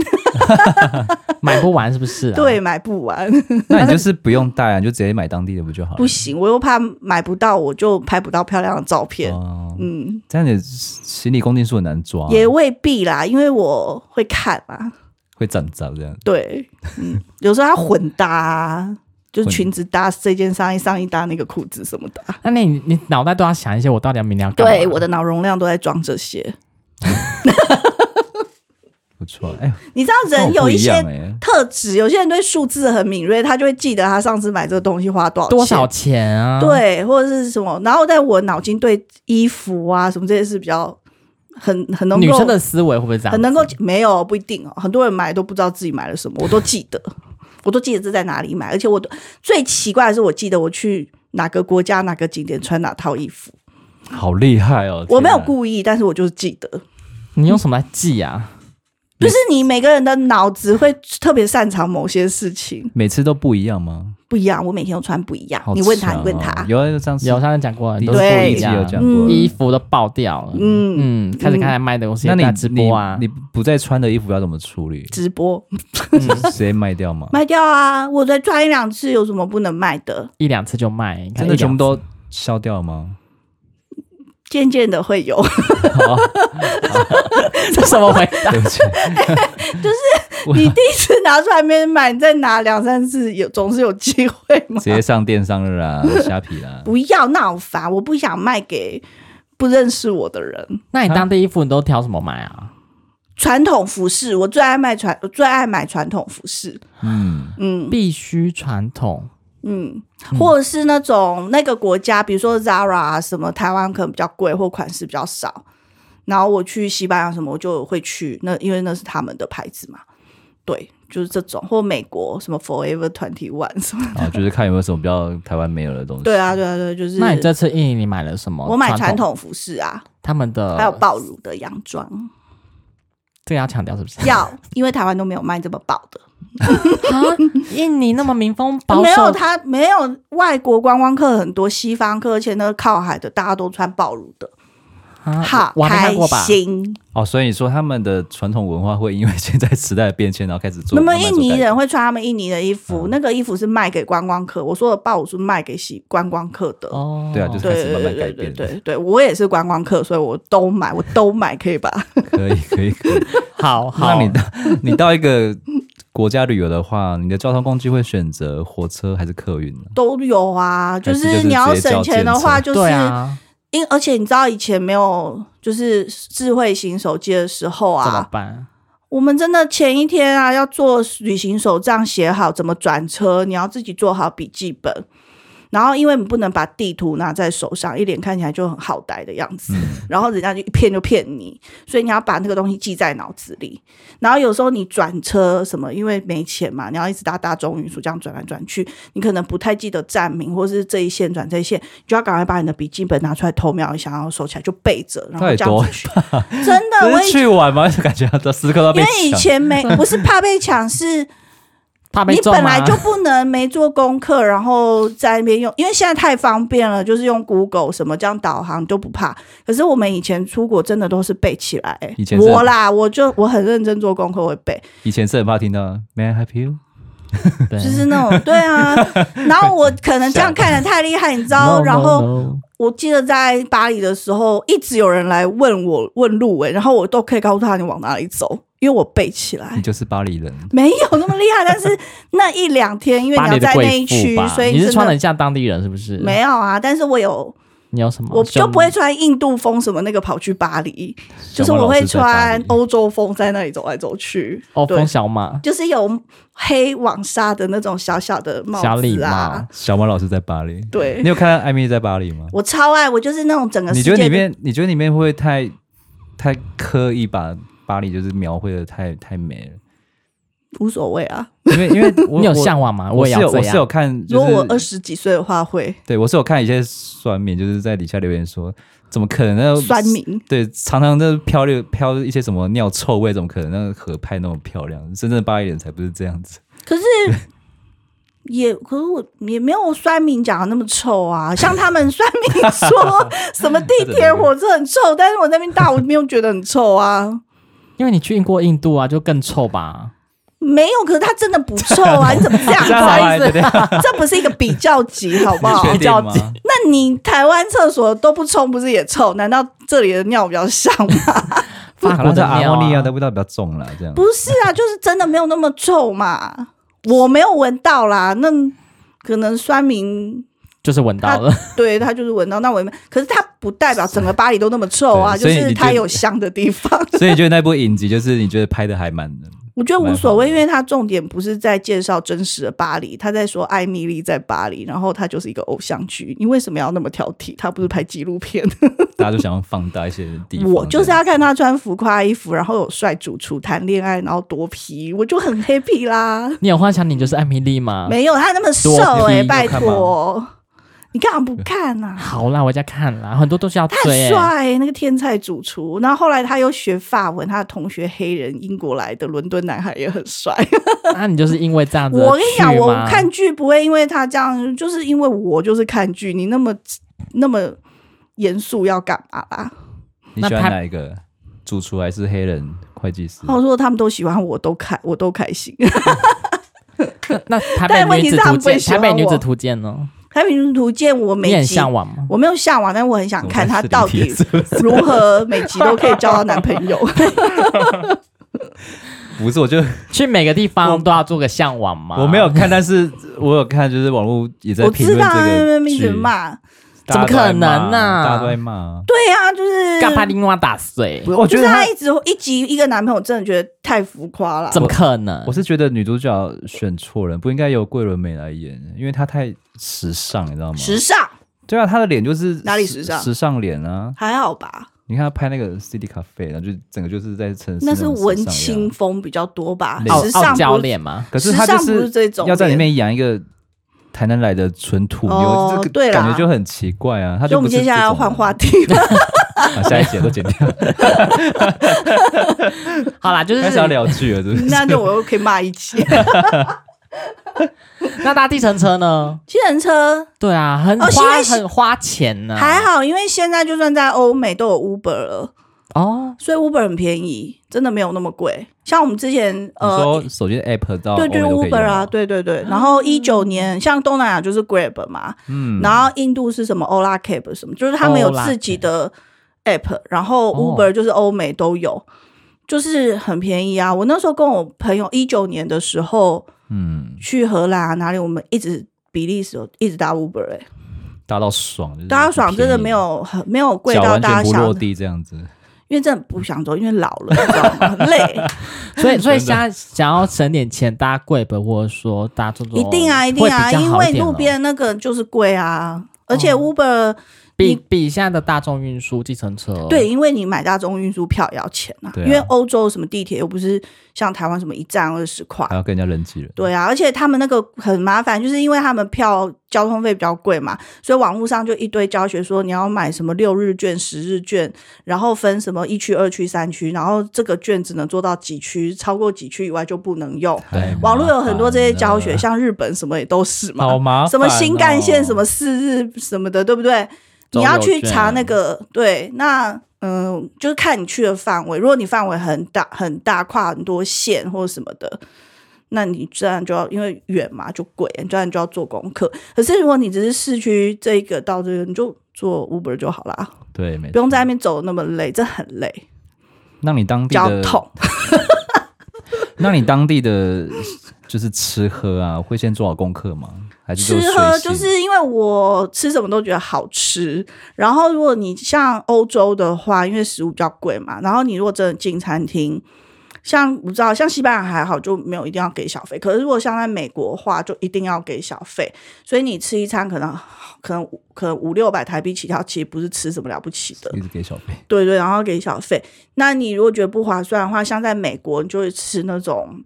S2: 买不完是不是、啊？
S3: 对，，买不完，
S1: 那你就是不用带啊，你就直接买当地的不就好了？
S3: 不行，我又怕买不到，我就拍不到漂亮的照片。
S1: 哦，
S3: 嗯，
S1: 这样你的行李公斤数很难抓，
S3: 也未必啦，因为我会看啦。啊
S1: 会长糟这样。
S3: 对，嗯，有时候它混搭啊、就是裙子搭这件上衣，上衣搭那个裤子什么的啊。
S2: 那你你脑袋都要想一些，我到底要明天要干嘛
S3: 对，我的脑容量都在装这些。
S1: 不错，哎，
S3: 你知道
S1: 跟我
S3: 人有
S1: 不
S3: 一
S1: 一
S3: 些
S1: 样哎，
S3: 特质，有些人对数字很敏锐，他就会记得他上次买这个东西花多少
S2: 多
S3: 钱
S2: 少钱啊？，
S3: 对，或者是什么。然后在我脑筋对衣服啊什么这些是比较很很能够
S2: 女生的思维会不会这样？
S3: 很能够没有不一定哦，很多人买都不知道自己买了什么，我都记得， 我都记得这在哪里买，而且我都最奇怪的是，我记得我去哪个国家哪个景点穿哪套衣服，
S1: 好厉害哦！
S3: 我没有
S1: 天哪
S3: 故意，但是我就是记得。
S2: 你用什么来记
S3: 嗯
S2: 啊？
S3: 就是你每个人的脑子会特别擅长某些事情，
S1: 每次都不一样吗？
S3: 不一样。我每天都穿不一样
S1: 好，
S3: 你问他，
S1: 强
S3: 你问
S1: 哦
S3: 他，
S1: 有啊，有上次
S2: 有上次讲过，
S1: 第
S2: 都是不
S3: 对
S1: 一
S2: 一
S1: 集
S2: 样
S1: 有讲过
S3: 嗯
S2: 衣服都爆掉了。嗯
S3: 嗯，
S2: 嗯，开始看才卖的东西，
S1: 那你
S2: 大直播啊
S1: 你，你不再穿的衣服要怎么处
S3: ？
S1: 理
S3: 直播
S1: 直接卖掉吗？
S3: 卖掉啊，我再穿一两次有什么不能卖的？
S2: 一两次就卖，你看
S1: 真的
S2: 一两
S1: 全部
S2: 次
S1: 都消掉了 吗？
S3: 渐渐的会有，
S2: 这什么回 答？
S1: 对不起， 我
S3: 你第一次拿出来没人买，你再拿两三次有总是有机会嘛
S1: 直。接上电商了啦，虾皮啦。
S3: 不要闹烦，我不想卖给不认识我的人。
S2: 那你当地衣服你都挑什么买啊？
S3: 传统服饰，我最爱卖传，我最爱买传统服饰。
S1: 嗯，
S3: 嗯，
S2: 必须传统，
S3: 嗯，或者是那种那个国家，比如说 Zara 啊什么，台湾可能比较贵或款式比较少。然后我去西班牙什么，我就会去那，因为那是他们的牌子嘛。对，就是这种，或美国什么 Forever Twenty One 什么。
S1: 啊，就是看有没有什么比较台湾没有的东西。
S3: 对啊，对啊，对啊，就是。
S2: 那你这次印尼你买了什么？
S3: 我买传
S2: 传，呃
S3: 统服饰啊，
S2: 他们的
S3: 还有爆乳的洋装，
S2: 这个要强 调是不是？
S3: 要，因为台湾都没有卖这么爆的。
S2: 啊，印尼那么民风保
S3: 没有
S2: 守，
S3: 他没有外国观光客很多，西方客，而且那个靠海的大家都穿暴露的，
S2: 啊
S3: 好
S2: 我还没
S3: 开
S2: 看过吧？
S3: 心。
S1: 哦，所以你说他们的传统文化会因为现在时代的变迁，然后开始做。
S3: 那么
S1: 慢慢
S3: 印
S1: 做
S3: 尼
S1: 改革
S3: 人会穿他们印尼的衣服，
S1: 嗯
S3: 那个衣服是卖给观光客。我说的暴露是卖给喜观光客的。
S2: 哦，
S1: 对啊就是
S3: 对
S1: 开始慢慢
S3: 对对
S1: 改
S3: 对
S1: 变
S3: 对对，我也是观光客，所以我都买，我都买，可以吧？
S1: 可以可以可以。
S2: 好
S1: 那
S2: 好，
S1: 你到 你到一个国家旅游的话，你的交通工具会选择火车还是客运呢？
S3: 都有啊，就
S1: 还是就是
S3: 你要
S1: 直接
S3: 省
S1: 叫
S3: 钱的话，就是
S2: 对啊，
S3: 因而且你知道以前没有就是智慧型手机的时候
S2: 怎么
S3: 啊，
S2: 办？
S3: 我们真的前一天啊，要做旅行手账，写好怎么转车，你要自己做好笔记本。然后，因为你不能把地图拿在手上，一脸看起来就很好呆的样子，
S1: 嗯
S3: 然后人家就一骗就骗你，所以你要把那个东西记在脑子里。然后有时候你转车什么，因为没钱嘛，你要一直搭大众运输这样转来转去，你可能不太记得站名或是这一线转这一线，你就要赶快把你的笔记本拿出来偷瞄一下，然后收起来就背着，然后
S1: 到底
S3: 这样
S1: 多
S3: 子去。真 的，
S1: 不
S3: 我以
S1: 是去玩吗？感觉到时刻都被
S3: 因为以
S1: 抢
S3: 前没不是怕被抢，是
S2: 怕被
S3: 你
S2: 中啊
S3: 本来
S2: 吗
S3: 就不能没做功课，然后在那边用，因为现在太方便了，就是用 Google 什么这样导航都不怕。可是我们以前出国真的都是背起来、欸
S1: 以前真的
S3: 我啦，我就我很认真做功课会背，
S1: 以前是很怕听到 “May I help you”，
S2: 对
S3: 就是那种对啊。然后我可能这样看的太厉害，你知道
S2: No,
S3: 然
S2: no,
S3: 后
S2: no
S3: 我记得在巴黎的时候，一直有人来问我问路、欸，然后我都可以告诉他你往哪里走，因为我背起来
S1: 你。就是巴黎人。
S3: 没有那么厉害，但是那一两天，因为
S2: 巴
S3: 你
S2: 黎
S3: 要
S2: 的
S3: 在那一
S2: 贵妇
S3: 区
S2: 吧，，
S3: 所以
S2: 你是
S3: 真
S2: 穿
S3: 的
S2: 的像当地人是不是？
S3: 没，有啊。但是我有，
S2: 你有什么？
S3: 我就
S2: 胸
S3: 不会穿印度风什么那个跑去巴黎， 就是
S1: 小猫
S3: 我
S1: 老
S3: 会
S1: 师在巴
S3: 穿
S1: 黎
S3: 欧洲风在那里走来走去。
S2: 哦，
S3: 对
S2: 风小马
S3: 就是有黑网纱的那种小小的帽
S2: 小礼
S3: 子啊
S2: 帽，，
S1: 小马老师在巴黎。
S3: 对
S1: 你有看到艾米在巴黎吗？
S3: 我超爱，我就是那种整个
S1: 你
S3: 世
S1: 觉
S3: 界
S1: 得里
S3: 的
S1: 面，你觉得里面会不会太太刻意把巴黎就是描绘的太太美了？
S3: 无所谓啊。
S1: 因为因为 我
S2: 你有
S1: 我
S2: 向往吗？
S1: 我
S2: 也
S1: 是有
S2: 要这
S1: 我是有
S2: 样。
S1: 看，就
S3: 如果呃
S1: 是
S3: 我二十几岁的话，会
S1: 对我是有看一些酸民，就是在底下留言说，怎么可能那
S3: 酸？民。
S1: 对，常常都飘流飘一些什么尿臭味，怎么可能那个河派那么漂亮？真正的巴黎人才不是这样子。
S3: 可是也，可是我也没有酸民讲的那么臭 啊。像他们酸民说什么地铁、火车很臭，但是我那边大，我没有觉得很臭啊。
S2: 因为你去过印度啊，就更臭 吧？
S3: 没有，可是它真的不臭啊！你怎么这样
S1: 这样好
S3: 子？
S1: 吗？对对对
S3: 这不是一个比较级，好不好
S1: 你？确定
S2: 比 较
S1: 吗？
S2: 紧
S3: 那你台湾厕所都不冲，不是也臭？难道这里的尿比较香 吗？
S2: 法
S1: 好
S2: 国
S1: 像是
S2: 的
S1: 阿
S2: 尿
S1: 莫尼亚
S2: 啊
S1: 的味道比较重啦，这样。
S3: 不是啊，就是真的没有那么臭嘛。我没有闻到啦，那可能酸民
S2: 就是闻到了，
S3: 对他就是闻到那味，可是它不代表整个巴黎都那么臭啊，
S1: 对
S3: 就
S1: 所以你
S3: 是
S1: 觉
S3: 它
S1: 得
S3: 有香的地方。
S1: 所以你觉得那部影集就是你觉得拍的还蛮
S3: 我觉得无
S1: 蛮
S3: 所
S1: 好
S3: 谓，
S1: 的
S3: 因为它重点不是在介绍真实的巴黎，他在说艾米丽在巴黎，然后它就是一个偶像剧。你为什么要那么挑剔？它不是拍纪录片，
S1: 大家都想要放大一些地方。
S3: 我就是
S1: 这样
S3: 要看他穿浮夸衣服，然后有帅主厨谈恋爱，然后多皮，我就很 happy 啦。
S2: 你有幻想你就是艾米丽
S1: 啊
S2: 吗？
S3: 没有他那么瘦
S2: 多皮
S3: 哎、
S2: 你有
S3: 拜
S1: 看
S3: 托，你干嘛不看啊？
S2: 好啦，我在看啦，很多都是要
S3: 他很
S2: 追、欸。
S3: 帅、那个天才主厨。然后后来他又学法文，他的同学黑人英国来的伦敦男孩也很帅。
S2: 那你就是因为这样子，
S3: 我跟你讲，我看剧不会因为他这样，就是因为我就是看剧，你那么那么严肃要干嘛啦？
S1: 你
S2: 那
S1: 喜欢
S2: 拍
S1: 哪一个？主厨还是黑人会计师？
S3: 然后说他们都喜欢，我都开，我都开心。
S2: 那台
S3: 但
S2: 北
S3: 问
S2: 女
S3: 题
S2: 子
S3: 是他
S2: 图
S3: 们不会
S2: 鉴，
S3: 喜欢
S2: 台北女
S3: 我
S2: 子图鉴呢？
S3: 台北女图鉴我
S2: 你
S3: 每
S2: 很
S3: 集
S2: 向往吗？
S3: 我没有向往，但我很想看他到
S1: 我
S3: 底
S1: 在视频里是
S3: 如何每集都可以交到男朋 友。
S1: 不是，我就
S2: 去每个地方都要做个向往吗？
S1: 我没有看，但是我有看，就是网络也在
S3: 我
S1: 评
S3: 知
S1: 论
S3: 道啊，
S1: 这个
S3: 一
S1: 剧
S3: 直，骂，
S1: 大家
S2: 怎么可
S1: 都在骂
S2: 能啊
S1: 大家都在骂。
S3: 对啊，就是
S2: 干怕另外打碎，
S1: 我觉
S3: 就是
S1: 得
S3: 他
S1: 他，
S3: 一直一集一个男朋友，真的觉得太浮夸了。
S2: 怎么可能
S1: 我？是觉得女主角选错人，不应该由桂纶镁来演，因为她太时尚，你知道吗？
S3: 时尚
S1: 对啊，她的脸就是
S3: 哪里时尚
S1: 时尚脸啊！
S3: 还好吧？
S1: 你看她拍那个 City Cafe，然后就整个就是在城市
S3: 那
S1: 种
S3: 是
S1: 时
S3: 文
S1: 尚样
S3: 青风比较多吧？
S1: 类
S2: 傲
S1: 似
S3: 时
S2: 傲
S3: 尚
S2: 娇
S3: 不是，
S2: 脸吗？
S1: 可是
S3: 时
S1: 他就
S3: 尚不是这种
S1: 要在里
S3: 脸
S1: 面养一个台南来的纯土妞，
S3: 哦
S1: 这个
S3: 对啦
S1: 感觉就很奇怪啊。他
S3: 所以
S1: 就
S3: 我
S1: 不
S3: 们
S1: 是
S3: 接下来要换话
S1: 花，
S3: 题了。
S1: 啊下一节都剪 掉，
S2: 好啦，就是
S1: 开始要聊剧了，是不是？
S3: 那就我又可以骂一 集。
S2: 那搭计程车呢？
S3: 计程车
S2: 对啊，很
S3: 哦现
S2: 花
S3: 在是
S2: 很花钱呢。
S3: 还好，因为现在就算在欧美都有 Uber 了，
S2: 哦，
S3: 所以 Uber 很便宜，真的没有那么贵。像我们之前
S1: 你
S3: 呃
S1: 说，手机的 app 到
S3: 对对
S1: 欧美都可以
S3: ，Uber
S1: 用
S3: 啊，
S1: 吗，
S3: 对对对。然后一九年，像东南亚就是 Grab 嘛，
S1: 嗯，
S3: 然后印度是什么 Ola Cab 什么，就是他们有
S2: 哦 Ola
S3: 自己的 app，然后
S2: 哦
S3: Uber 就是欧美都有，就是很便宜啊。我那时候跟我朋友一九年的时候
S1: 嗯，
S3: 去荷兰啊，哪里我们一直比利时一直搭 Uber 哎、
S1: 搭到爽，
S2: 嗯
S1: 就是
S3: 搭爽真的没有很没有贵到
S1: 很便宜脚
S3: 大
S1: 完全
S3: 家
S1: 不
S3: 想
S1: 落
S3: 的，
S1: 地这样子。
S3: 因为真的不想走，因为老了，你知道 吗？很
S2: 哦
S3: 累，
S2: 所以所以
S1: 真的
S2: 现在想要省点钱搭贵本，或者说搭这种
S3: 一定啊，一定啊，
S2: 会比较
S3: 因
S2: 好一
S3: 为
S2: 点哦
S3: 路边那个就是贵啊，而且
S2: 哦
S3: Uber、
S2: 比比现在的大众运输计程车
S3: 对，因为你买大众运输票也要钱啊，
S1: 哦对啊
S3: 因为欧洲什么地铁又不是像台湾什么一站二十块
S1: 还。要跟人家人挤人，
S3: 对啊，而且他们那个很麻烦，就是因为他们票交通费比较贵嘛，所以网络上就一堆教学说你要买什么六日券、十日券，然后分什么一区、二区、三区，然后这个券只能做到几区，超过几区以外就不能用。
S1: 太麻烦了，
S3: 网络有很多这些教
S1: 啊
S3: 学，像日本什么也都是嘛，
S1: 好麻烦哦
S3: 什么新干线、什么四日什么的，对不对？
S2: 周
S3: 你
S2: 游券
S3: 要去查那个，对，那嗯、就是看你去的范围。如果你范围很大、很大，跨很多县或什么的，那你自然就要因为远嘛就贵，你自然就要做功课。可是如果你只是市区这一个到这个，你就坐 Uber 就好啦，
S1: 对，没
S3: 不用
S1: 错
S3: 在那边走那么累，这很累，
S1: 让你当地
S3: 脚
S1: 的
S3: 痛。
S1: 那你当地的 就是吃喝啊，会先做好功课吗？还是
S3: 吃
S1: 就
S3: 喝
S1: 随
S3: 就
S1: 性
S3: 是因为我吃什么都觉得好吃，然后如果你像欧洲的话，因为食物比较贵嘛，然后你如果真的进餐厅，像我不知道像西班牙还好就没有一定要给小费，可是如果像在美国的话，就一定要给小费，所以你吃一餐可能可能可能五六百台币起跳，其实不是吃什么了不起的，
S1: 一直给小费，
S3: 对对，然后给小费。那你如果觉得不划算的话，像在美国，你就会吃那种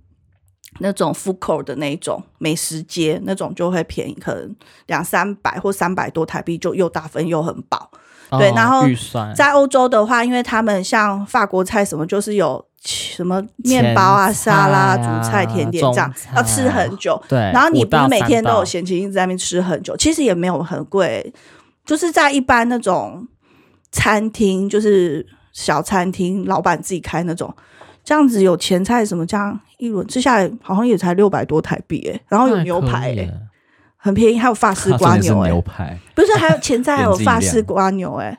S3: 那种 food court 的那一种美食街，那种就会便宜，可能两三百或三百多台币，就又大份又很饱。
S2: 哦
S3: 对然后
S2: 预算
S3: 在欧洲的话，因为他们像法国菜什么，就是有什么面包啊、
S2: 前菜
S3: 沙
S2: 啊
S3: 拉、主菜、甜点这样
S2: 中，啊
S3: 要吃很久。
S2: 对，
S3: 然后你
S2: 哎五
S3: 不是
S2: 到
S3: 每
S2: 三
S3: 天都
S2: 道
S3: 有闲情逸致在那边吃很久，其实也没有很贵，就是在一般那种餐厅，就是小餐厅，老板自己开那种，这样子有前菜什么，这样一轮吃下来好像也才六百多台币诶、然后有
S2: 那
S3: 牛
S2: 可
S3: 排
S2: 以
S3: 诶、
S2: 耶
S3: 很便宜，还有法 式
S1: 它重
S3: 瓜
S1: 点是
S3: 牛诶、欸
S1: 牛排，
S3: 不是还有前菜还有
S1: 眼睛一亮
S3: 法式瓜牛诶、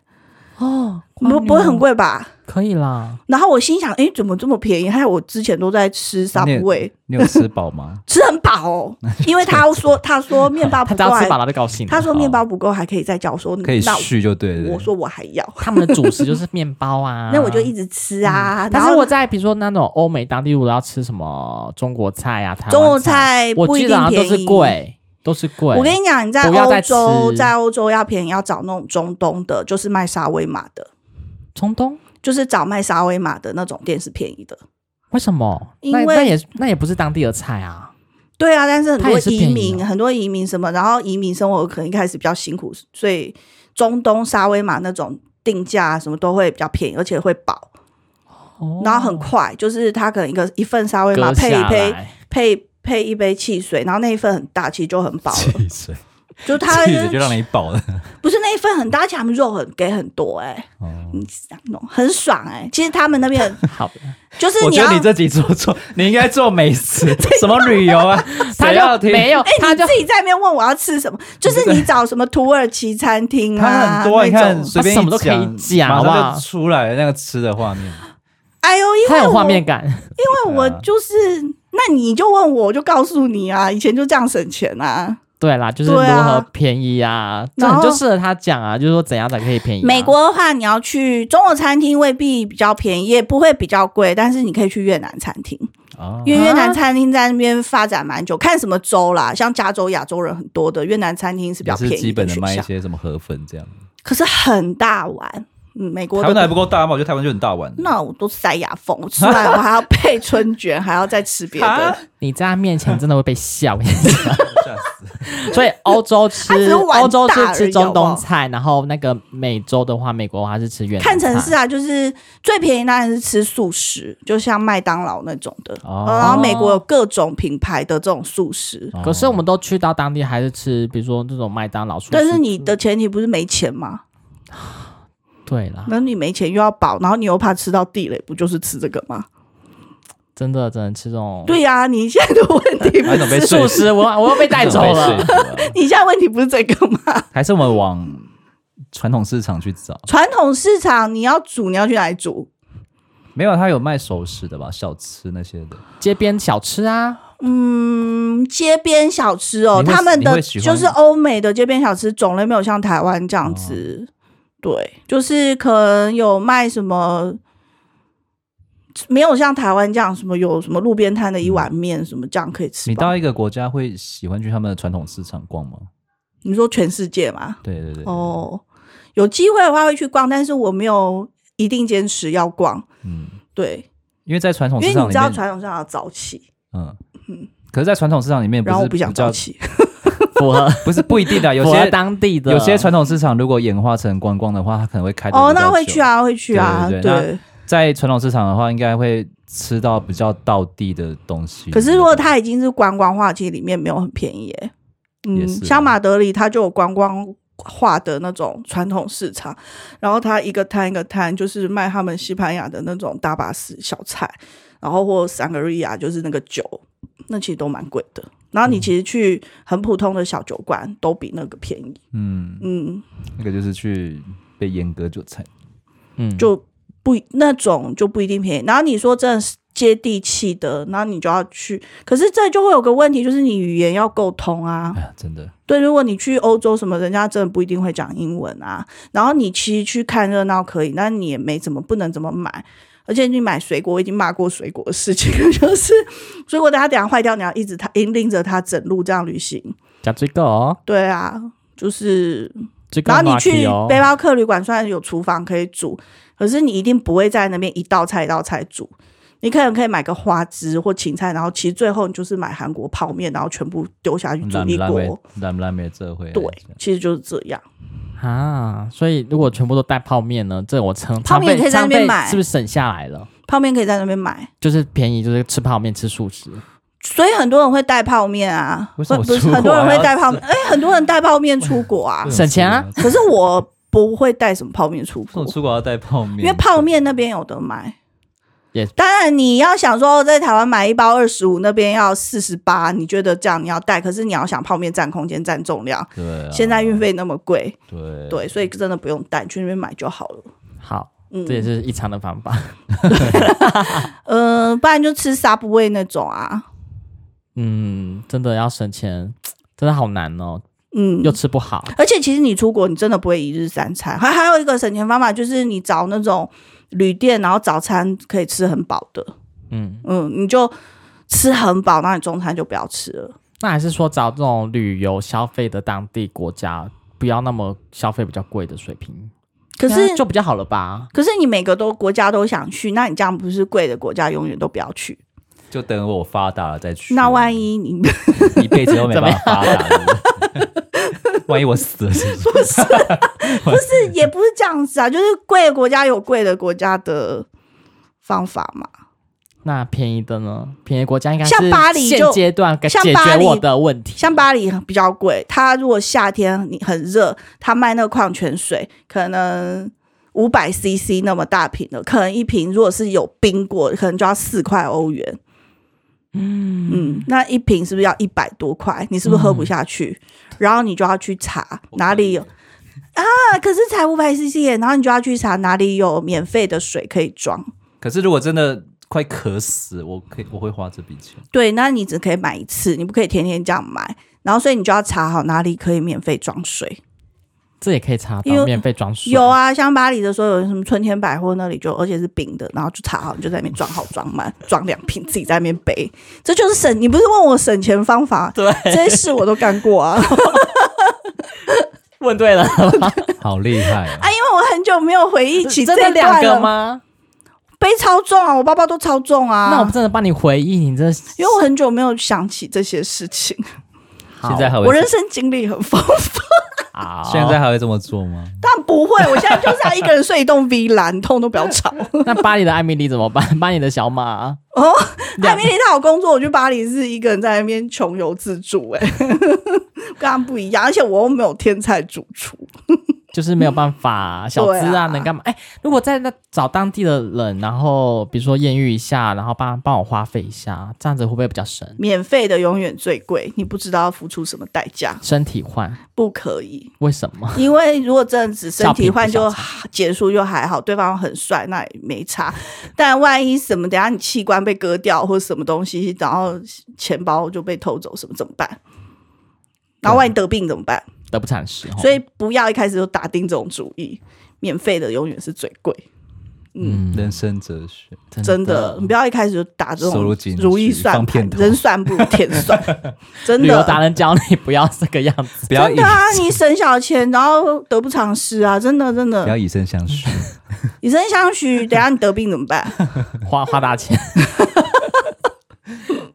S2: 哦，
S3: 不不会很贵吧？
S2: 可以啦，
S3: 然后我心想，哎，怎么这么便宜？还有我之前都在吃 Subway，
S1: 你有吃饱
S3: ？
S1: 吗
S3: 吃很饱 哦，因为他说他说面包
S2: 他
S3: 不
S2: 只
S3: 够
S2: 要
S3: 还，
S2: 吃饱了就高兴了。
S3: 他说面包不够还可以再叫，我说
S1: 可以
S3: 那
S1: 续就对了。
S3: 我说我还要，，
S2: 他们的主食就是面包啊 嗯
S3: 那我就一直吃啊。
S2: 但
S3: 然
S2: 是
S3: 后
S2: 我在比如说那种欧美当地，如果要吃什么中国菜啊，台湾
S3: 中国，菜
S2: 我
S3: 不一
S2: 记得
S3: 定
S2: 好像
S3: 便
S2: 都
S3: 宜，
S2: 是贵，都是贵。
S3: 我跟你讲，你在
S2: 不要再
S3: 欧洲，
S2: 吃
S3: 在欧洲要便宜要找那种中东的，就是卖沙威玛的，
S2: 中东
S3: 就是找卖沙威玛的那种店是便宜的。
S2: 为什么？
S3: 因
S2: 那
S3: 为
S2: 那也那也不是当地的菜啊。
S3: 对啊，但是很
S2: 它
S3: 多
S2: 也是
S3: 移
S2: 便宜哦
S3: 民，很多移民什么，然后移民生活可能一开始比较辛苦，所以中东沙威玛那种定价什么都会比较便宜，而且会饱，
S2: 哦
S3: 然后很快，就是它可能一个一份沙威玛
S2: 割
S3: 配一
S2: 下
S3: 杯
S2: 来，
S3: 配配一杯汽水，然后那一份很大，其实就很饱了，
S1: 汽水，
S3: 就它
S1: 汽水就让你饱 了。
S3: 不是那一份很大，而且他们肉很给很多哎、
S1: 哦
S3: 你这样弄很爽哎、其实他们那边
S2: 好，
S3: 就是
S1: 我
S3: 你
S1: 觉
S3: 要
S1: 得你这集做 错，你应该做美 食，什么旅游啊？谁要
S2: 他就
S1: 听？
S2: 没有，他
S3: 哎你
S2: 就
S3: 自己在那边问我要吃什么，就是你找什么土耳其餐厅
S1: 它
S3: 啊，
S1: 很多，你
S3: 那
S1: 看
S3: 种
S1: 随便一
S2: 它什么都可以讲
S1: 马
S2: 好
S1: 上
S2: 不
S1: 就
S2: 好
S1: 出来那个吃的画面。
S3: 哎呦，因
S2: 他
S3: 为
S2: 有
S3: 我
S2: 画面感。
S3: 因为我就是，那你就问我，我就告诉你啊，以前就这样省钱啊。
S2: 对啦，就是如
S3: 对啊
S2: 何便宜啊，这
S3: 然后
S2: 很就适合他讲啊，就是说怎样才可以便宜啊。
S3: 美国的话，你要去中国餐厅未必比较便宜，也不会比较贵，但是你可以去越南餐厅，
S1: 哦，
S3: 因为
S2: 啊
S3: 越南餐厅在那边发展蛮久，看什么州啦，像加州亚洲人很多的，越南餐厅是比
S1: 也
S3: 较
S1: 是
S3: 便
S1: 基
S3: 宜
S1: 本的
S3: 选
S1: 卖一
S3: 项，
S1: 些什么河粉这样。
S3: 可是很大碗。嗯，美国
S1: 台湾
S3: 的
S1: 的还不够大吗？我觉得台湾就很大碗。
S3: 那我都塞牙缝，吃完我还要配春卷，还要再吃 别的
S1: 啊。
S2: 你在他面前真的会被笑。
S1: 吓死！
S2: 所以欧洲
S3: 他只
S2: 吃
S3: 是玩
S2: 欧洲
S3: 大
S2: 是
S3: 而已
S2: 吃中
S3: 好不好
S2: 东菜，然后那个美洲的话，美国的话是吃越南菜
S3: 看城市啊，就是最便宜当然是吃素食，就像麦当劳那种的。
S1: 哦
S2: 哦
S3: 然哦后美国有各种品牌的这种素食，
S2: 可是我们都去到当地还是吃，比如说这种麦当劳。
S3: 但是你的前提不是没钱吗？
S2: 对
S1: 啊
S2: 啦，
S3: 那你没钱又要饱，然后你又怕吃到地雷，不就是吃这个吗？
S2: 真的只能吃这种。
S3: 对呀、你现在的问题不
S1: 哦还准备
S3: 是，
S1: 睡
S2: 素食，我我又被带走了。
S3: 你现在问题不是这个吗？
S1: 还是我们往传统市场去找？
S3: 传统市场你要煮，你要去哪里煮？
S1: 没有，他有卖熟食的吧，小吃那些的。
S2: 街边小吃啊，
S3: 嗯，街边小吃哦，
S1: 你会
S3: 他们
S1: 你
S3: 的
S1: 会喜欢
S3: 就是欧美的街边小吃种类没有像台湾这样
S1: 哦
S3: 子，对，就是可能有卖什么，没有像台湾这样什么有什么路边摊的一碗面什么这样可以吃
S1: 你
S3: 吧。
S1: 到一个国家会喜欢去他们的传统市场逛吗？
S3: 你说全世界嘛？
S1: 对对对，
S3: 哦，有机会的话会去逛，但是我没有一定坚持要逛，
S1: 嗯，
S3: 对，
S1: 因为在传统
S3: 因为
S1: 市场
S3: 你知
S1: 里
S3: 道
S1: 面，
S3: 传统上要早起，
S1: 嗯可是，在传统市场里面，
S3: 然后我
S1: 是
S3: 不
S1: 比
S3: 想
S1: 较
S3: 早起，
S2: 符合
S1: 不是不一定的，有
S2: 符合
S1: 些
S2: 当地的
S1: 有些传统市场如果演化成观光的话，它可能会开得
S3: 哦，
S1: 比较
S3: 那会
S1: 久
S3: 去。啊，会去啊，
S1: 对对对在传统市场的话，应该会吃到比较道地的东西。
S3: 可是如果它已经是观光化，其实里面没有很便宜耶。嗯
S1: 也，是啊
S3: 像马德里它就有观光化的那种传统市场，然后它一个摊一个摊就是卖他们西班牙的那种大巴斯小菜，然后或桑格利亚就是那个酒，那其实都蛮贵的。
S1: 嗯
S3: 然后你其实去很普通的小酒馆都比那个便宜，
S1: 嗯，
S3: 嗯，
S1: 那个就是去被阉割韭菜。
S2: 嗯，
S3: 就不那种就不一定便宜。然后你说真的是接地气的，然后你就要去，可是这就会有个问题，就是你语言要沟通啊。
S1: 哎呀，真的，
S3: 对，如果你去欧洲什么，人家真的不一定会讲英文啊。然后你其实去看热闹可以，但你也没怎么不能怎么买。而且你买水果，我已经骂过水果的事情了， 就是水果等它等下坏掉，你要一直它引领着它整路这样旅行。
S2: 讲这个哦，
S3: 对啊，就是，
S2: 这个
S3: 然后你
S2: market
S3: 去
S2: 哦
S3: 背包客旅馆，虽然有厨房可以煮，可是你一定不会在那边一道菜一道菜煮。你可能可以买个花枝或芹菜，然后其实最后你就是买韩国泡面，然后全部丢下去煮
S1: 烂
S3: 一
S1: 不烂没
S3: 锅。
S1: 烂不烂没这会。
S3: 对，其实就是这样。
S2: 啊，所以如果全部都带泡面呢，这我称
S3: 泡面也可以在那边
S2: 常备
S3: 买
S2: 是不是省下来了？
S3: 泡面可以在那边买，
S2: 就是便宜，就是吃泡面吃素食，
S3: 所以很多人会带泡面啊，
S1: 为什么
S3: 不是
S1: 出国
S3: 很多人会
S1: 还要
S3: 带 泡面，哎、很多人带泡面出国啊
S1: 这种，
S2: 省钱啊
S1: 出国！
S3: 可是我不会带什么泡面出
S1: 这种
S3: 国，
S1: 出国要带泡面，
S3: 因为泡面那边有的买
S2: 也。
S3: 当然，你要想说在台湾买一包二十五，那边要四十八，你觉得这样你要带？可是你要想泡面占空间、占重量，
S1: 对啊，
S3: 现在运费那么贵，
S1: 对
S3: 对，所以真的不用带，去那边买就好了。嗯
S2: 好，这也是一餐的方法。
S3: 呃，不然就吃 Subway 那种啊，
S2: 嗯，真的要省钱，真的好难哦，
S3: 嗯
S2: 又，吃不好。
S3: 而且其实你出国，你真的不会一日三餐。还还有一个省钱方法，就是你找那种旅店，然后早餐可以吃很饱的，
S2: 嗯，
S3: 嗯，你就吃很饱，那你中餐就不要吃了。
S2: 那还是说找这种旅游消费的当地国家，不要那么消费比较贵的水平，
S3: 可
S2: 这
S3: 是
S2: 样就比较好了吧？
S3: 可是你每个都国家都想去，那你这样不是贵的国家永远都不要去？
S1: 就等我发达了再去。
S3: 那万一你
S1: 一辈子都没办法发达了， 万一我死了是不是，
S3: 不是也不是这样子啊，就是贵的国家有贵的国家的方法嘛。
S2: 那便宜的呢？便宜国家应该
S3: 像
S2: 是
S3: 巴黎就
S2: 现阶段给
S3: 像
S2: 解
S3: 巴
S2: 决
S3: 黎
S2: 我的问题。
S3: 像巴黎比较贵，它如果夏天你很热，它卖那个矿泉水可能五百 CC 那么大瓶的，可能一瓶如果是有冰过，可能就要四块欧元。嗯那一瓶是不是要一百多块？你是不是喝不下去？然后你就要去查哪里有啊？可是才五百 CC，耶然后你就要去查哪里有免费的水可以装。
S1: 可是如果真的快渴死，我可以我会花这笔钱。
S3: 对，那你只可以买一次，你不可以天天这样买。然后所以你就要查好哪里可以免费装水。
S2: 这也可以查
S3: 因为
S2: 到免费装水。
S3: 有，啊，像巴黎的时候有什么春天百货那里就，而且是冰的，然后就查好，你就在那边装好装满， 装两瓶，自己在那边背，这就是省。你不是问我省钱方法？
S2: 对，
S3: 这些事我都干过 啊，
S2: 问对了，
S1: 好厉害、
S3: 啊，因为我很久没有回忆起这
S2: 真的
S3: 一
S2: 两
S3: 段
S2: 个
S3: 了。
S2: 吗？
S3: 背超重啊，我包包都超重啊。
S2: 那我真的帮你回忆，你这现
S3: 因为我很久没有想起这些事情，
S1: 现在还会
S3: 我人生经历很丰富。
S1: 现在还会这么做吗？
S3: 但不会，我现在就是要一个人睡一栋 villa，你痛都不要吵。
S2: 那巴黎的艾米丽怎么办？ 巴黎的小马
S3: 哦，艾
S2: 两
S3: 米丽她有工作，我去巴黎是一个人在那边穷游自助、欸， 跟她不一样，而且我又没有天才主厨，
S2: 就是没有办法，小资
S3: 对
S2: 啊
S3: 啊
S2: 能干嘛？哎、如果在那找当地的人，然后比如说艳遇一下，然后帮帮我花费一下，这样子会不会比较省？
S3: 免费的永远最贵，你不知道要付出什么代价，
S2: 身体换
S3: 不可以，
S2: 为什么？
S3: 因为如果真的只身体换
S2: 小
S3: 就
S2: 品不
S3: 结束就还好，对方很帅那也没差，但万一什么，等下你器官被割掉或什么东西，然后钱包就被偷走什么怎么办？然后万一得病怎么办？
S2: 得不偿
S1: 哦
S2: 失。
S3: 所
S2: 以
S3: 以不要一开始就打定这种主意，免费的永远是最贵。嗯，
S1: 人生哲学，
S3: 真的，你不要一开始就打这
S1: 收入
S3: 种
S1: 进
S3: 如意
S1: 去
S3: 算
S1: 放
S3: 盘
S1: 骗，头
S3: 人算不如天算， 真
S2: 旅游达
S3: 的。
S2: 人教你不要这个样子，
S1: 不要以
S3: 对啊，你省小钱，然后得不偿失啊！真的，真
S1: 不
S3: 的
S1: 要，以身相许，
S3: 嗯以身相许。等一下你得病怎么办？
S2: 花花大钱。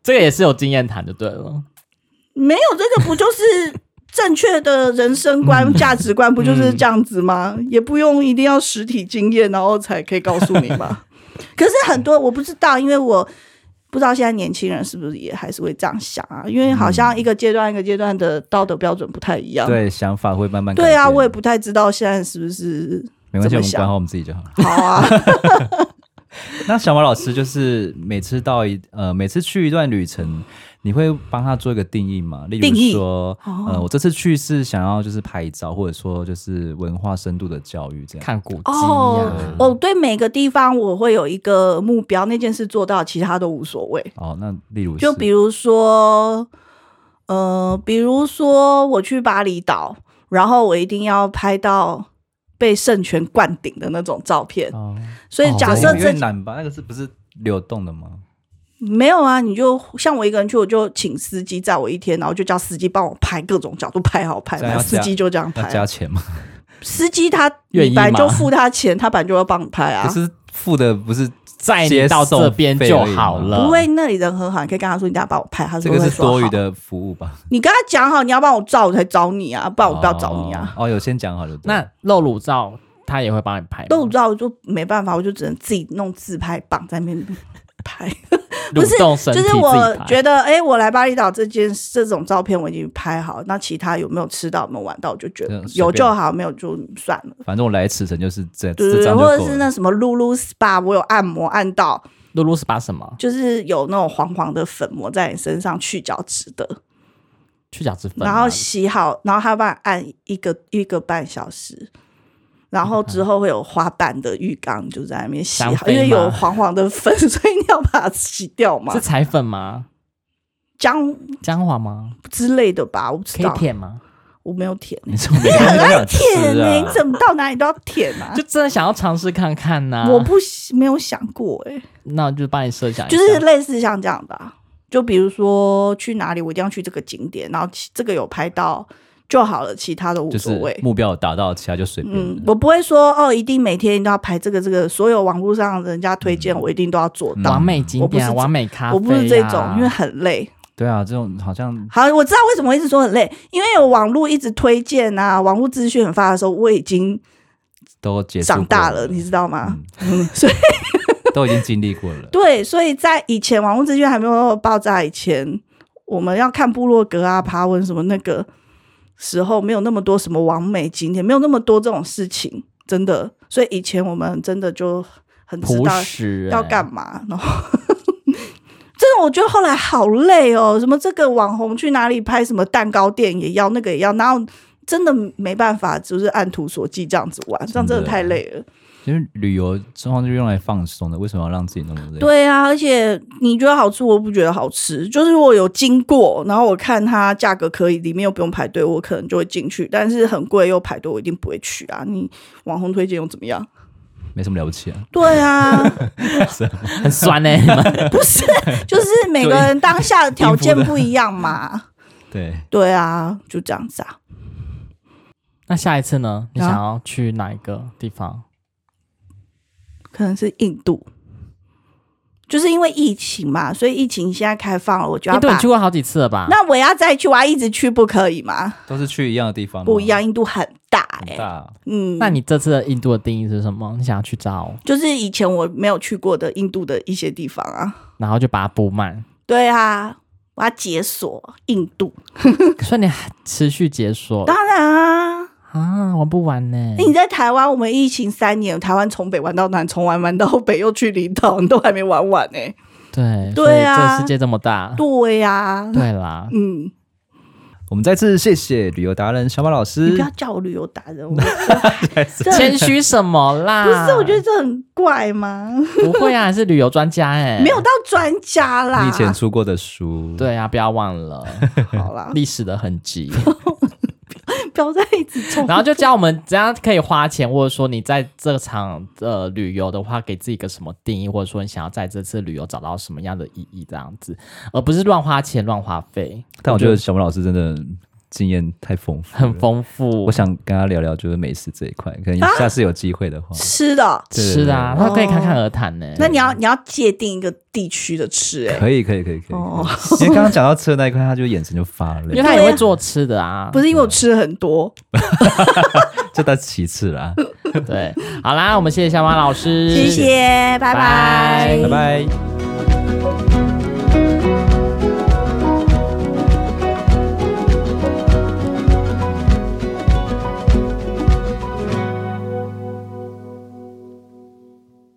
S2: 这个也是有经验谈就对了，
S3: 没有这个，不就是正确的人生观、价值观，不就是这样子吗？也不用一定要实体经验，然后才可以告诉你 嘛。可是很多我不知道，因为我不知道现在年轻人是不是也还是会这样想啊？因为好像一个阶段一个阶段的道德标准不太一样。
S1: 对想法会慢慢改
S3: 对啊，
S1: 变
S3: 我也不太知道现在是不是
S1: 没关系，
S3: 怎
S1: 我
S3: 么
S1: 们
S3: 想
S1: 管好我们自己就好。
S3: 好 啊。
S1: 那小马老师就是每次到一呃，每次去一段旅程，你会帮他做一个定义吗？例
S3: 定义哦
S1: 如说，呃，我这次去是想要就是拍照，或者说就是文化深度的教育这样。
S2: 看古迹啊
S3: 哦
S2: 呀、
S3: 哦，对每个地方我会有一个目标，那件事做到，其他都无所谓。
S1: 哦，那例如
S3: 就是比如说，呃，比如说我去巴厘岛，然后我一定要拍到被圣泉灌顶的那种照片。
S1: 哦，
S3: 所以
S2: 哦
S3: 假
S1: 对
S3: 设
S1: 因为
S3: 这、
S1: 越南吧，那个是不是流动的吗？
S3: 没有啊，你就像我一个人去，我就请司机载我一天，然后就叫司机帮我拍各种角度拍 好拍
S1: 这样
S3: 满，
S1: 要
S3: 司
S1: 加
S3: 机就这样
S1: 要加
S3: 拍。啊
S1: 钱吗？
S3: 司机他
S2: 愿意
S3: 你本来就
S2: 吗
S3: 付他钱，他本来就要帮你拍啊
S1: 可。是付的不是
S2: 载
S1: 接
S2: 你到
S1: 送
S2: 这边
S1: 费
S2: 就
S1: 而已
S2: 好
S1: 嘛
S2: 了。
S3: 不会，那里人很好，你可以跟他说你等下帮我拍，他
S1: 这
S3: 会
S1: 个
S3: 会
S1: 是
S3: 说
S1: 多余
S3: 好。
S1: 的服务吧？
S3: 你跟他讲好，你要帮我照，我才找你啊，不然我不要找你啊。
S1: 哦。哦，有先讲好的。
S2: 那露乳照他也会帮你拍吗，
S3: 都知道，我就没办法，我就只能自己弄自拍棒在那边 拍。不是
S2: 蠕动身
S3: 就
S2: 体自
S3: 是
S2: 己
S3: 我
S2: 拍
S3: 觉得，哎、我来巴厘岛这件这种照片我已经拍好，那其他有没有吃到、有没有玩到，我就觉
S1: 这
S3: 得
S1: 样随便
S3: 有就好，没有就算了。
S1: 反正我来此城就是这
S3: 对
S1: 这
S3: 对对，
S1: 张就
S3: 或者
S1: 够
S3: 是
S1: 了。
S3: 那什么露露 SPA，我有按摩按到，
S2: 露露是把什么
S3: 就是有那种黄黄的粉抹在你身上去角质的，
S2: 去角质粉吗，
S3: 然后洗好，然后他帮你按一个一个半小时，然后之后会有花瓣的浴缸，就在那边洗
S2: 香
S3: 好，
S2: 妃
S3: 因为有
S2: 吗
S3: 黄黄的粉， 所以你要把它洗掉嘛
S2: 是，彩粉吗？
S3: 姜
S2: 姜黄吗？
S3: 之类的吧，我不知
S2: 可以
S3: 道，
S2: 舔吗？
S3: 我没有舔，
S1: 你怎么每天都想
S3: 舔
S1: 吃
S3: 呢、你
S1: 啊？
S3: 怎么到哪里都要舔啊？
S2: 就啊真的想要尝试看看呐、
S3: 我不喜没有想过哎、
S2: 那我就帮你设想一下，
S3: 就是类似像这样的、啊，就比如说去哪里，我一定要去这个景点，然后其这个有拍到就好了，其他的无
S1: 就
S3: 所
S1: 是
S3: 谓。
S1: 目标达到，其他就随便。
S3: 嗯，我不会说哦，一定每天一定要排这个这个，所有网络上人家推荐，我一定都要做到。
S2: 完美景
S3: 我不
S2: 点啊、
S3: 是这
S2: 完美咖啡、啊，
S3: 我不是这种，因为很累。
S1: 对啊，这种好像
S3: 好，我知道为什么我一直说很累，因为有网络一直推荐啊，网络资讯很发达的时候，我已经
S1: 都结束
S3: 长大
S1: 过
S3: 了，你知道吗？
S1: 嗯
S3: 嗯，所以。
S1: 都已经经历过了
S3: 对，所以在以前网络资讯还没有爆炸以前，我们要看部落格啊、爬文什么那个时候，没有那么多什么完美景点，没有那么多这种事情，真的。所以以前我们真的就很知
S2: 朴
S3: 道
S2: 实、
S3: 要干？嘛，然后 真的我觉得后来好累哦，什么这个网红去哪里拍什么蛋糕店也要，那个也要，然后真的没办法，就是按图索骥这样子玩，这样真的太累了。
S1: 因为旅游通常就是用来放松的，为什么要让自己那么累？
S3: 对啊，而且你觉得好吃，我不觉得好吃。就是我有经过，然后我看它价格可以，里面又不用排队，我可能就会进去。但是很贵又排队，我一定不会去啊。你网红推荐又怎么样？
S1: 没什么了不起啊。
S3: 对啊，
S2: 很酸呢、欸你们
S3: 不是， 就是每个人当下的条件不一样嘛。
S1: 对，
S3: 对啊，就这样子啊。
S2: 那下一次呢？你
S3: 啊
S2: 想要去哪一个地方？
S3: 可能是印度，就是因为疫情嘛，所以疫情现在开放了，我就要
S2: 印度你
S3: 把
S2: 去。过啊好几次了吧？
S3: 啊那我要再去，我要一直去，不可以吗？
S1: 都是去一样的地方，
S3: 不一样，，印度很大哎、
S1: 很大。
S3: 嗯，
S2: 哦那你这次的印度的定义是什么？你想要去找，
S3: 就是以前我没有去过的印度的一些地方啊。
S2: 然后就把它补 满，
S3: 对啊，我要解锁印度，
S2: 所以你还持续解锁
S3: 当然啊。
S2: 啊，玩不完呢、
S3: 你在台湾，我们疫情三年，台湾从北玩到南，从玩玩到北，又去离岛，你都还没玩完呢、
S2: 对所以
S3: 对啊
S2: 这个世界这么大，
S3: 对呀、
S2: 对啦，
S3: 嗯，
S1: 我们再次谢谢旅游达人小马老
S3: 你
S1: 师
S3: 不。要叫我旅游达 人，我这
S2: 谦虚什么啦？
S3: 不是，我觉得这很怪吗？
S2: 不会啊，还是旅游专家哎、
S3: 没有到专家啦，
S1: 你以前出过的书，，
S2: 对啊，不要 忘了
S3: 好啦，
S2: 历史的 痕迹，
S3: 不要再一直重复。
S2: 然后就教我们怎样可以花钱，或者说你在这场呃旅游的话，给自己一个什么定义，或者说你想要在这次旅游找到什么样的意义，这样子，而不是乱花钱、乱花费。
S1: 但我觉得小马老师真的经验太丰富，
S2: 很。丰富
S1: 我，想跟他聊聊就是美食这一块，可能下次有机会的话，
S3: 吃的，
S1: 对对
S2: 是的啊，
S3: 对对
S2: 他可以侃侃而谈呢。
S3: 哦那你要你要界定一个地区的吃、欸，
S1: 可以可以可以可以。
S3: 哦
S1: 可以因为刚刚讲到吃的那一块，他就眼神就发
S2: 因为
S1: 亮，
S2: 他也会做吃的啊，
S3: 不是因为我吃很多，
S1: 这倒其次啦。
S2: 对。好啦，我们谢谢小马老师，
S3: 谢谢，拜
S2: 拜
S1: 拜拜。